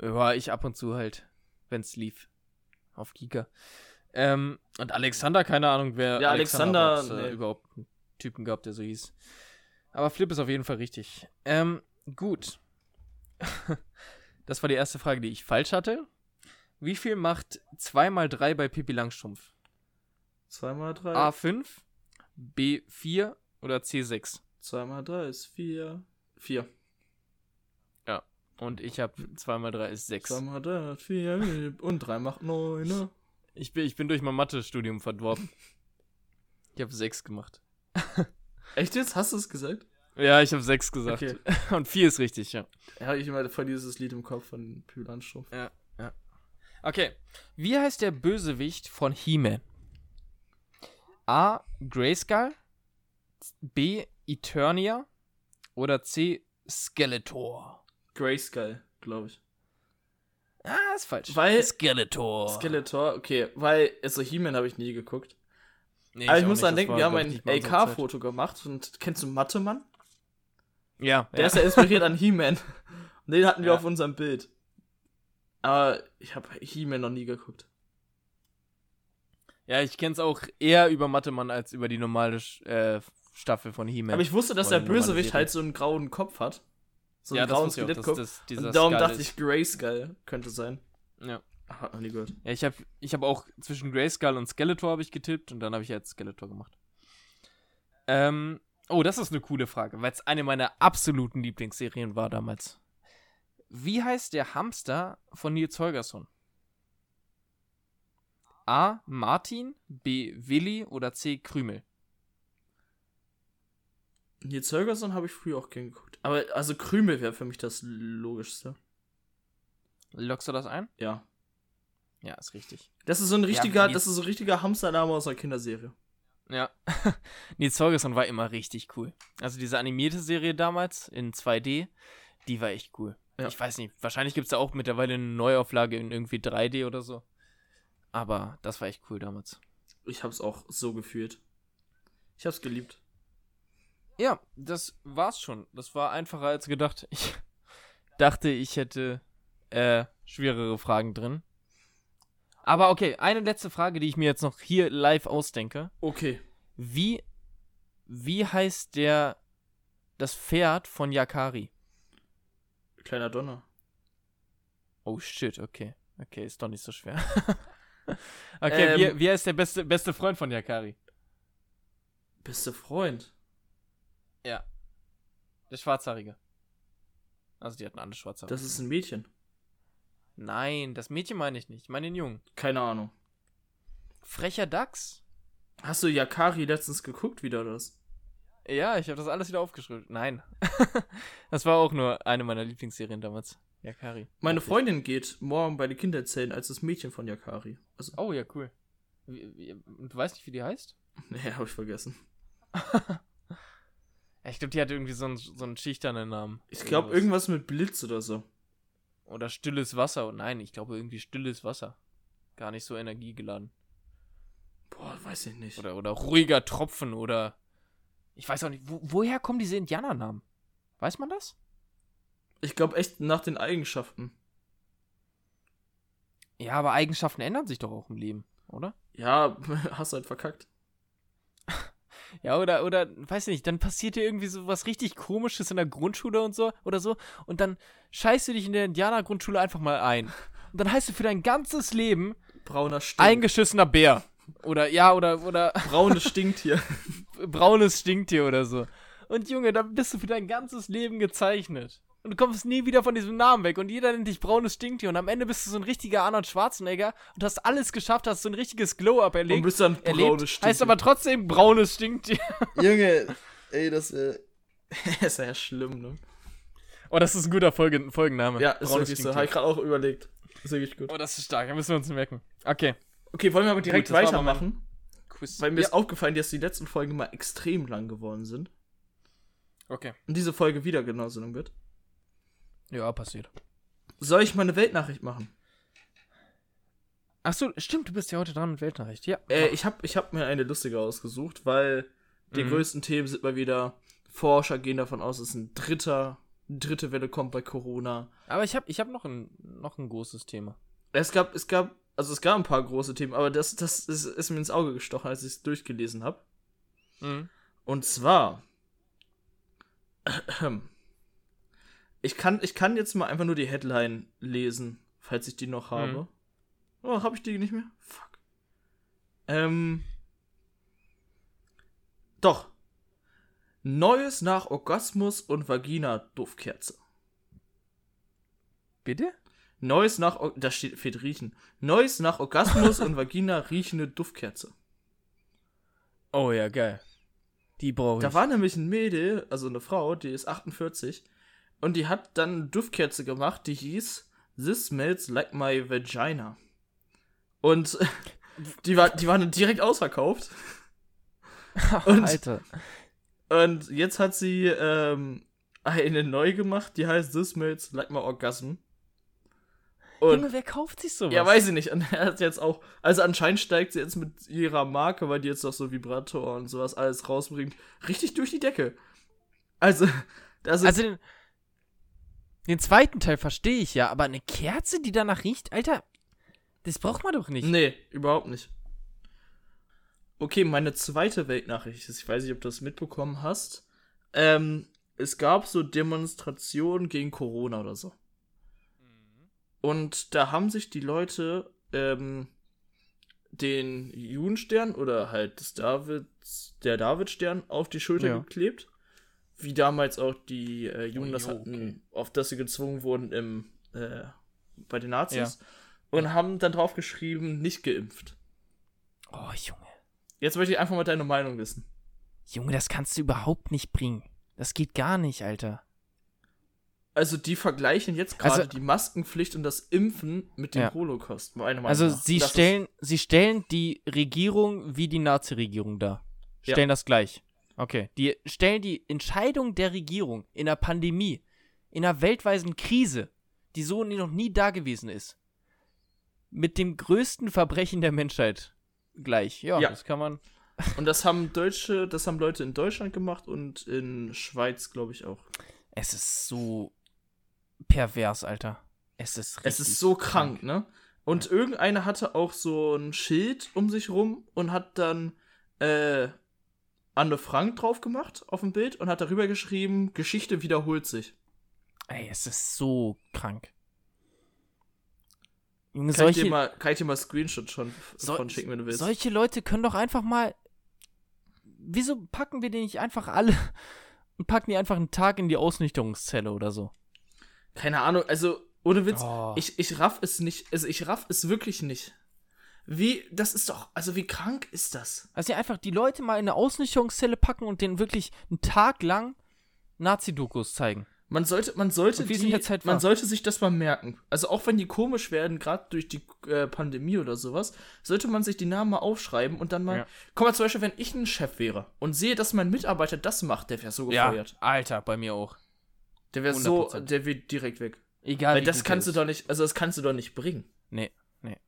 A: Ja, ich ab und zu halt, wenn's lief. Auf Giga. Ähm, und Alexander, keine Ahnung, wer.
B: Ja,
A: war,
B: Alexander,
A: ob's, äh,
B: nee.
A: überhaupt einen Typen gab, der so hieß. Aber Flip ist auf jeden Fall richtig. Ähm, gut. das war die erste Frage, die ich falsch hatte. Wie viel macht 2 mal 3 bei Pippi Langstrumpf?
B: Zweimal
A: Äh.
B: drei.
A: A5, B4 oder C6?
B: Zweimal drei ist vier. Vier.
A: Und ich habe 2 mal 3 ist 6.
B: Zweimal drei ist vier. Und drei macht neun. ne?
A: Ich bin, ich bin durch mein Mathe-Studium verdorben. Ich habe 6 gemacht.
B: Echt jetzt? Hast du es gesagt?
A: Ja, ich habe sechs gesagt.
B: Okay.
A: Und vier ist richtig, ja.
B: Ja, hab ich immer voll dieses Lied im Kopf von Pylanstrumpf.
A: Okay. Wie heißt der Bösewicht von He-Man? A. Grayskull. B. Eternia. Oder C. Skeletor.
B: Grayskull, glaube ich.
A: Ah, ist falsch.
B: Weil-
A: Skeletor.
B: Skeletor, okay, weil, also He-Man habe ich nie geguckt.
A: Nee,
B: Aber
A: auch
B: ich muss
A: nicht,
B: daran
A: das
B: denken,
A: war,
B: wir haben
A: glaub ich,
B: ein
A: nicht mal unsere Zeit.
B: LK-Foto gemacht und kennst du Mattemann?
A: Ja,
B: Der
A: ja.
B: ist ja inspiriert an He-Man. Und den hatten wir
A: Ja.
B: auf unserem Bild. Aber ich habe He-Man noch nie geguckt.
A: ja, ich kenn's auch eher über Mattemann als über die normale Sch- äh, Staffel von He-Man.
B: Aber ich wusste, dass
A: Oder
B: der
A: eine normale
B: Bösewicht
A: Serie.
B: halt so einen grauen Kopf hat. So einen
A: ja, das
B: grauen
A: wusste ich auch, dass
B: Skelettkopf.
A: das dieser
B: Und darum
A: Skull
B: dachte
A: ist.
B: ich, Grayskull könnte sein.
A: Ja.
B: Hat noch nie gehört.
A: Ja, ich habe ich hab auch zwischen Grayskull und Skeletor habe ich getippt und dann habe ich jetzt Skeletor gemacht. Ähm, oh, das ist eine coole Frage, weil es eine meiner absoluten Lieblingsserien war damals. Wie heißt der Hamster von Nils Holgersson? A. Martin, B. Willi oder C. Krümel?
B: Nils Holgersson habe ich früher auch gern geguckt. Aber also Krümel wäre für mich das Logischste.
A: Lockst du das ein?
B: Ja.
A: Ja, ist richtig.
B: Das ist so ein richtiger,
A: Nils-
B: das ist so ein richtiger Hamstername aus einer Kinderserie.
A: Ja. Nils Holgersson war immer richtig cool. Also diese animierte Serie damals in 2D, die war echt cool.
B: Ja.
A: Ich weiß nicht, wahrscheinlich gibt es da auch mittlerweile eine Neuauflage in irgendwie 3D oder so. Aber das war echt cool damals.
B: Ich hab's auch so gefühlt. Ich hab's geliebt.
A: Ja, das war's schon. Das war einfacher als gedacht. Ich dachte, ich hätte äh, schwerere Fragen drin. Aber okay, eine letzte Frage, die ich mir jetzt noch hier live ausdenke.
B: Okay.
A: Wie, wie heißt der das Pferd von Yakari?
B: Kleiner Donner.
A: Oh shit, okay. Okay, ist doch nicht so schwer. okay,
B: Ähm.
A: wie, wie heißt der beste, beste Freund von Yakari?
B: Beste Freund.
A: Der Schwarzhaarige. Also die hatten alle schwarze Haare.
B: Das ist ein Mädchen.
A: Nein, das Mädchen meine ich nicht. Ich meine den Jungen.
B: Keine Ahnung.
A: Frecher Dachs?
B: Hast du Yakari letztens geguckt wieder oder was?
A: Ja, ich habe das alles wieder aufgeschrieben. Nein. das war auch nur eine meiner Lieblingsserien damals. Yakari.
B: Meine Freundin geht morgen bei den Kinderzellen als das Mädchen von Yakari. Also,
A: Oh ja, cool. Wie, wie, du weißt nicht, wie die heißt?
B: nee, habe ich vergessen.
A: Ja, Ich glaube, die hat irgendwie so einen, so einen schüchternen Namen.
B: Ich glaube, irgendwas mit Blitz oder so.
A: Oder stilles Wasser. Oh, Nein, ich glaube irgendwie stilles Wasser. Gar nicht so energiegeladen.
B: Boah, weiß ich nicht.
A: Oder, oder ruhiger Tropfen oder. Ich weiß auch nicht, wo, woher kommen diese Indianernamen? Weiß man das?
B: Ich glaube echt nach den Eigenschaften.
A: Ja, aber Eigenschaften ändern sich doch auch im Leben, oder?
B: Ja, hast halt verkackt.
A: Ja, oder, oder, weiß nicht, dann passiert dir irgendwie so was richtig komisches in der Grundschule und so, oder so, und dann scheißt du dich in der Indianergrundschule einfach mal ein. Und dann heißt du für dein ganzes Leben
B: Brauner Stink.
A: eingeschissener Bär. Oder, ja, oder, oder
B: Braunes Stinktier.
A: braunes Stinktier oder so. Und Junge, dann bist du für dein ganzes Leben gezeichnet. Und du kommst nie wieder von diesem Namen weg. Und jeder nennt dich braunes Stinktier. Und am Ende bist du so ein richtiger Arnold Schwarzenegger und hast alles geschafft, hast so ein richtiges Glow-Up
B: Und
A: erlebt.
B: bist dann braunes
A: erlebt
B: Stinktier.
A: heißt aber trotzdem braunes Stinktier.
B: Junge, ey, das äh, wär. ist ja schlimm, ne?
A: Oh, das ist ein guter Folgen Folgenname.
B: Ja, ist wirklich so. Habe ich gerade auch überlegt. Ist wirklich gut.
A: Oh, das ist stark. Da müssen wir uns merken. Okay.
B: Okay, wollen wir aber direkt
A: das war aber mein-
B: weitermachen?
A: Quiz.
B: Weil mir
A: ja.
B: ist aufgefallen, dass die letzten Folgen mal extrem lang geworden sind.
A: Okay.
B: Und diese Folge wieder genauso lang wird.
A: Ja, passiert.
B: Soll ich mal eine Weltnachricht machen?
A: Ach so, stimmt, du bist ja heute dran mit Weltnachricht. Ja.
B: Äh, ich habe ich hab mir eine lustige ausgesucht, weil die
A: Mhm.
B: größten Themen sind mal wieder, Forscher gehen davon aus, dass ein dritter, dritte Welle kommt bei Corona.
A: Aber ich habe ich hab noch, ein, noch ein großes Thema.
B: Es gab, es gab, also es gab ein paar große Themen, aber das, das ist, ist mir ins Auge gestochen, als ich es durchgelesen habe.
A: Mhm.
B: Und zwar. ahem. Ich kann, ich kann jetzt mal einfach nur die Headline lesen, falls ich die noch habe.
A: Mhm.
B: Oh, habe ich die nicht mehr? Fuck. Ähm. Doch. Neues nach Orgasmus und Vagina-Duftkerze.
A: Bitte?
B: Neues nach. Or- Da steht, fehlt riechen. Neues nach Orgasmus und Vagina riechende Duftkerze.
A: Oh ja, geil. Die brauche ich.
B: Da war nämlich ein Mädel, also eine Frau, die ist 48 und die hat dann eine Duftkerze gemacht, die hieß This smells like my vagina. Und die war, die war dann direkt ausverkauft. und-
A: Alter.
B: Und jetzt hat sie ähm, eine neu gemacht, die heißt This smells like my orgasm. Und
A: Junge, wer kauft sich sowas?
B: ja, weiß ich nicht. Und er hat jetzt auch, also anscheinend steigt sie jetzt mit ihrer Marke, weil die jetzt noch so Vibrator und sowas alles rausbringt, richtig durch die Decke. Also, das ist
A: also den, den zweiten Teil verstehe ich ja, aber eine Kerze, die danach riecht, Alter, das braucht man doch nicht.
B: Nee, überhaupt nicht. Okay, meine zweite Weltnachricht ist, ich weiß nicht, ob du das mitbekommen hast. Ähm, es gab so Demonstrationen gegen Corona oder so.
A: Mhm.
B: Und da haben sich die Leute ähm, den Judenstern oder halt des Davids, der Davidstern auf die Schulter
A: Ja.
B: geklebt. Wie damals auch die äh, Juden
A: Oh,
B: das
A: jo,
B: hatten,
A: okay.
B: auf das sie gezwungen wurden im, äh, bei den Nazis. Und haben dann drauf geschrieben, nicht geimpft.
A: Oh, Junge.
B: Jetzt möchte ich einfach mal deine Meinung wissen.
A: Junge, das kannst du überhaupt nicht bringen. Das geht gar nicht, Alter.
B: Also die vergleichen jetzt gerade
A: Also-
B: die Maskenpflicht und das Impfen mit dem
A: Ja.
B: Holocaust, meiner Meinung
A: Also
B: nach.
A: sie
B: Das ist-
A: stellen, sie stellen die Regierung wie die Nazi-Regierung dar.
B: Ja.
A: Stellen das gleich. Okay. Die stellen die Entscheidung der Regierung in einer Pandemie, in einer weltweiten Krise, die so nie- noch nie da gewesen ist, mit dem größten Verbrechen der Menschheit gleich. Ja,
B: Ja.
A: das kann man.
B: Und das haben Deutsche, das haben Leute in Deutschland gemacht und in Schweiz, glaube ich, auch.
A: Es ist so pervers, Alter. Es ist
B: Es
A: richtig
B: ist so krank, ne? Und irgendeiner hatte auch so ein Schild um sich rum und hat dann äh, Anne Frank drauf gemacht auf dem Bild und hat darüber geschrieben, Geschichte wiederholt sich.
A: Ey, es ist so krank. Junge,
B: Kann, ich
A: solche,
B: dir mal, kann ich dir mal Screenshot schon
A: Sol-
B: von schicken, wenn du willst.
A: Solche Leute können doch einfach mal. Wieso packen wir die nicht einfach alle und packen die einfach einen Tag in die Ausnüchterungszelle oder so?
B: Keine Ahnung, also ohne Witz,
A: Oh.
B: ich, ich raff es nicht. Also ich raff es wirklich nicht. Wie, das ist doch, also wie krank ist das?
A: Also ja, einfach die Leute mal in eine Ausnüchterungszelle packen und denen wirklich einen Tag lang Nazi-Dokus zeigen.
B: Man sollte, man sollte,
A: Und wir sind
B: die,
A: jetzt halt
B: man
A: wach.
B: sollte sich das mal merken. Also auch wenn die komisch werden, gerade durch die äh, Pandemie oder sowas, sollte man sich die Namen mal aufschreiben und dann mal.
A: Ja.
B: Guck mal, zum Beispiel, wenn ich ein Chef wäre und sehe, dass mein Mitarbeiter das macht, der wäre so gefeuert.
A: Oh, Alter, bei mir auch.
B: Der wäre so,
A: 100%.
B: der wird direkt weg.
A: Egal.
B: Weil
A: wie
B: das
A: gut er
B: kannst du
A: ist.
B: doch nicht, also das kannst du doch nicht bringen.
A: Nee, nee.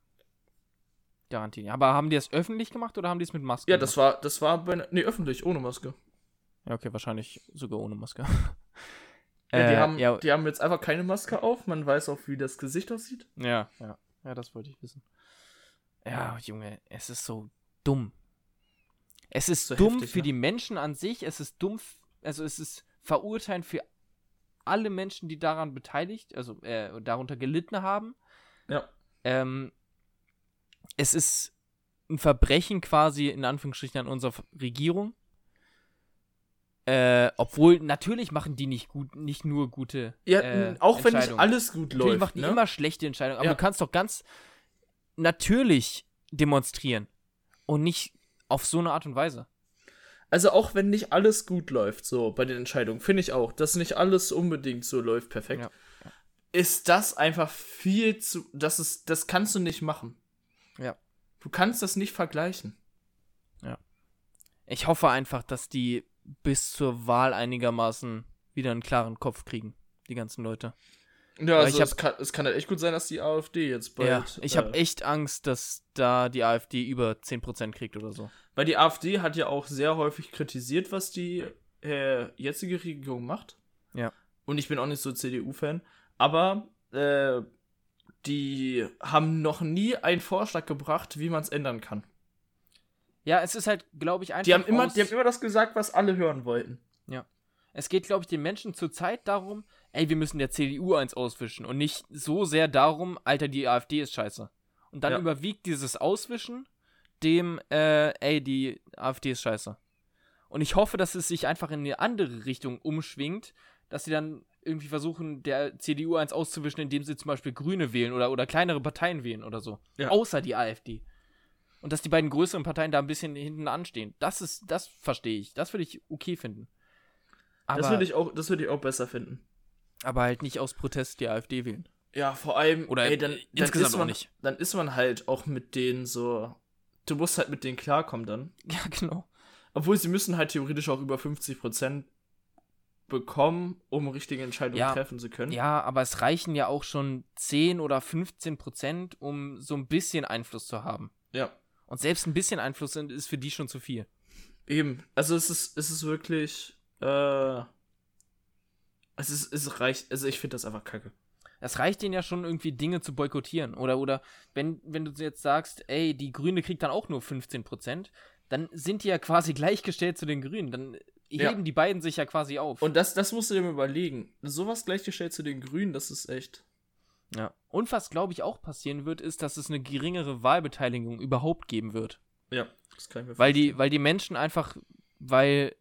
A: Garantiert. Aber haben die das öffentlich gemacht oder haben die es mit Maske
B: Ja,
A: gemacht?
B: das war, das war bei, ne, nee, öffentlich, ohne Maske.
A: Ja, okay, wahrscheinlich sogar ohne Maske.
B: Ja,
A: Äh,
B: die, haben,
A: ja,
B: die haben jetzt einfach keine Maske auf, man weiß auch, wie das Gesicht aussieht.
A: ja, ja. Ja, das wollte ich wissen. Ja, Junge, es ist so dumm. Es ist
B: So
A: dumm
B: heftig,
A: für
B: ne?
A: die Menschen an sich, es ist dumm, f- also es ist verurteilend für alle Menschen, die daran beteiligt, also äh, darunter gelitten haben.
B: Ja.
A: Ähm, es ist ein Verbrechen quasi in Anführungsstrichen an unserer F- Regierung. Äh, obwohl natürlich machen die nicht gut, nicht nur gute.
B: Ja,
A: äh,
B: auch wenn nicht
A: Entscheidungen.
B: alles gut
A: Natürlich
B: läuft.
A: machen die
B: ne?
A: immer schlechte Entscheidungen, aber
B: Ja.
A: du kannst doch ganz natürlich demonstrieren und nicht auf so eine Art und Weise.
B: Also auch wenn nicht alles gut läuft, so bei den Entscheidungen, finde ich auch, dass nicht alles unbedingt so läuft perfekt,
A: Ja.
B: ist das einfach viel zu, das ist, das kannst du nicht machen.
A: Ja.
B: Du kannst das nicht vergleichen.
A: Ich hoffe einfach, dass die bis zur Wahl einigermaßen wieder einen klaren Kopf kriegen, die ganzen Leute.
B: Ja,
A: Aber
B: also
A: ich hab-
B: es, kann, es kann halt echt gut sein, dass die AfD jetzt bald.
A: ja, ich habe
B: äh,
A: echt Angst, dass da die AfD über 10% kriegt oder so.
B: weil die AfD hat ja auch sehr häufig kritisiert, was die äh, jetzige Regierung macht.
A: Ja.
B: Und ich bin auch nicht so CDU-Fan, aber äh, die haben noch nie einen Vorschlag gebracht, wie man es ändern kann.
A: Ja, es ist halt, glaube ich, einfach.
B: Die haben, immer,
A: aus-
B: die haben immer das gesagt, was alle hören wollten.
A: es geht, glaube ich, den Menschen zurzeit darum, ey, wir müssen der CDU eins auswischen und nicht so sehr darum, Alter, die AfD ist scheiße. Und dann
B: Ja.
A: überwiegt dieses Auswischen dem, äh, ey, die AfD ist scheiße. Und ich hoffe, dass es sich einfach in eine andere Richtung umschwingt, dass sie dann irgendwie versuchen, der CDU eins auszuwischen, indem sie zum Beispiel Grüne wählen oder, oder kleinere Parteien wählen oder so.
B: Ja.
A: Außer die AfD. Und dass die beiden größeren Parteien da ein bisschen hinten anstehen. Das ist, das verstehe ich. Das würde ich okay finden. Aber,
B: das würde ich, auch- das würd ich auch besser finden.
A: aber halt nicht aus Protest die AfD wählen.
B: Ja, vor allem,
A: Oder
B: ey, dann, dann
A: insgesamt
B: ist
A: auch
B: man,
A: nicht.
B: Dann ist man halt auch mit denen so. Du musst halt mit denen klarkommen dann.
A: Ja, genau.
B: Obwohl sie müssen halt theoretisch auch über 50% bekommen, um richtige Entscheidungen
A: Ja.
B: treffen zu können.
A: Ja, aber es reichen ja auch schon 10 oder 15 Prozent, um so ein bisschen Einfluss zu haben.
B: ja.
A: Und selbst ein bisschen Einfluss sind- ist für die schon zu viel.
B: Eben. Also es ist, es ist wirklich. Äh, es ist, es reicht. Also ich finde das einfach kacke.
A: Das reicht denen ja schon irgendwie Dinge zu boykottieren. Oder, oder wenn, wenn du jetzt sagst, ey, die Grüne kriegt dann auch nur 15 Prozent, dann sind die ja quasi gleichgestellt zu den Grünen. Dann
B: Ja.
A: heben die beiden sich ja quasi auf.
B: Und das, das musst du dir mal überlegen. Sowas gleichgestellt zu den Grünen, das ist echt.
A: ja. Und was, glaube ich, auch passieren wird, ist, dass es eine geringere Wahlbeteiligung überhaupt geben wird.
B: Ja, das kann ich mir
A: Weil die, weil die Menschen einfach, weil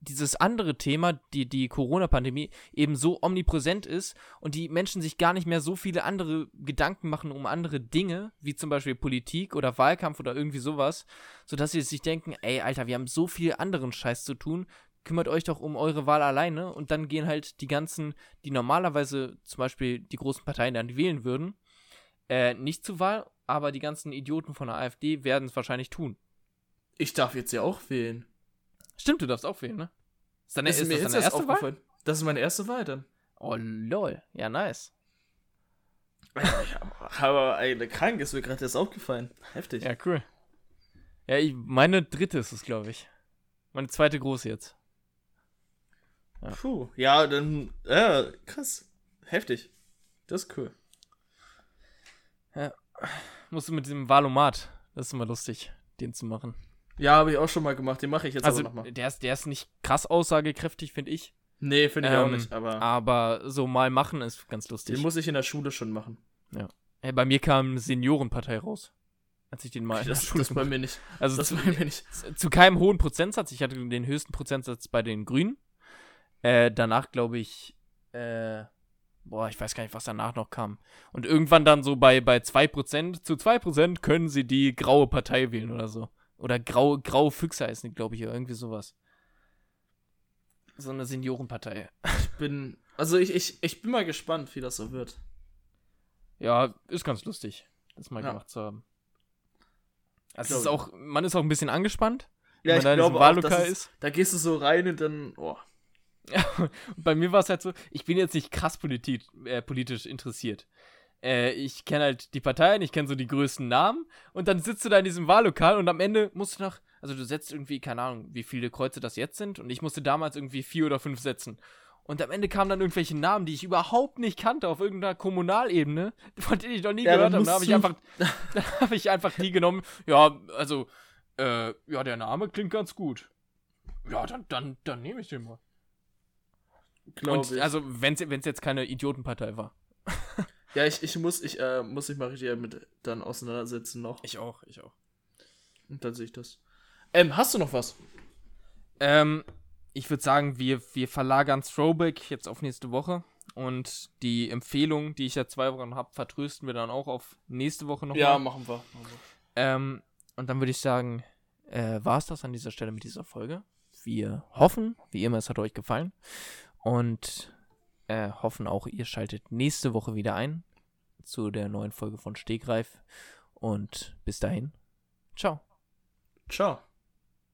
A: dieses andere Thema, die, die Corona-Pandemie, eben so omnipräsent ist und die Menschen sich gar nicht mehr so viele andere Gedanken machen um andere Dinge, wie zum Beispiel Politik oder Wahlkampf oder irgendwie sowas, sodass sie sich denken, ey, Alter, wir haben so viel anderen Scheiß zu tun, kümmert euch doch um eure Wahl alleine und dann gehen halt die ganzen, die normalerweise zum Beispiel die großen Parteien dann wählen würden, äh, nicht zur Wahl, aber die ganzen Idioten von der AfD werden es wahrscheinlich tun.
B: Ich darf jetzt ja auch wählen.
A: Stimmt, du darfst auch wählen, ne? Ist, deine, ist, das
B: jetzt
A: deine
B: erst
A: erste Wahl?
B: aufgefallen. Das ist meine erste Wahl dann.
A: Oh, lol. Ja, nice.
B: Aber eine krank ist mir gerade erst aufgefallen. Heftig.
A: Ja, cool. Ja, ich, meine dritte ist es, glaube ich. Meine zweite große jetzt.
B: Puh. Ja, dann. Ja, krass. Heftig. Das ist cool.
A: Musst du mit dem Valomat. Das ist immer lustig, den zu machen.
B: Ja, habe ich auch schon mal gemacht. Den mache ich jetzt
A: also,
B: aber nochmal.
A: der ist, der ist nicht krass aussagekräftig, finde ich.
B: Nee, finde ich auch
A: Ähm,
B: nicht. Aber
A: Aber so mal machen ist ganz lustig.
B: den muss ah, ich in der Schule schon machen.
A: Ey, bei mir kam Seniorenpartei raus. Als ich den mal in der
B: Das,
A: Schule
B: das bei
A: gemacht-
B: mir nicht.
A: Also
B: Das bei mir nicht.
A: zu- zu keinem hohen Prozentsatz. Ich hatte den höchsten Prozentsatz bei den Grünen. Äh, danach glaube ich, äh, boah, ich weiß gar nicht, was danach noch kam. Und irgendwann dann so bei, bei 2%, zu 2% können sie die graue Partei wählen oder so. Oder grau, graue Füchse heißen die, glaube ich, oder irgendwie sowas. So eine Seniorenpartei.
B: Ich bin, also ich, ich, ich bin mal gespannt, wie das so wird.
A: Ja, ist ganz lustig, das mal
B: Ja.
A: gemacht zu haben. Also
B: Glaub
A: es ist
B: ich.
A: auch, man ist auch ein bisschen angespannt,
B: Ja,
A: wenn man
B: ich
A: da in diesem
B: glaube auch,
A: Wahllokal
B: dass es,
A: ist.
B: da gehst du so rein und dann, oh,
A: bei mir war es halt so, ich bin jetzt nicht krass politi äh, politisch interessiert. Äh, ich kenne halt die Parteien, ich kenne so die größten Namen und dann sitzt du da in diesem Wahllokal und am Ende musst du noch, also du setzt irgendwie, keine Ahnung, wie viele Kreuze das jetzt sind und ich musste damals irgendwie vier oder fünf setzen. Und am Ende kamen dann irgendwelche Namen, die ich überhaupt nicht kannte auf irgendeiner Kommunalebene, von denen ich noch nie
B: Ja,
A: gehört habe.
B: dann
A: Da habe
B: musst
A: ich einfach, da habe ich einfach die genommen. Ja, also, äh, ja, der Name klingt ganz gut. Ja, dann, dann, dann nehme ich den mal.
B: glaube
A: Und
B: ich.
A: also, wenn es jetzt keine Idiotenpartei war.
B: ja, ich, ich muss, ich, äh, muss mich mal richtig damit dann auseinandersetzen noch.
A: Ich auch, ich auch.
B: Und dann sehe ich das. Ähm, hast du noch was?
A: Ähm, ich würde sagen, wir, wir verlagern Throwback jetzt auf nächste Woche. Und die Empfehlung, die ich ja zwei Wochen habe, vertrösten wir dann auch auf nächste Woche nochmal.
B: machen wir.
A: Ähm, und dann würde ich sagen, äh, war es das an dieser Stelle mit dieser Folge. Wir hoffen, wie immer, es hat euch gefallen. Und äh, hoffen auch, ihr schaltet nächste Woche wieder ein zu der neuen Folge von Stegreif. Und bis dahin, ciao.
B: Ciao.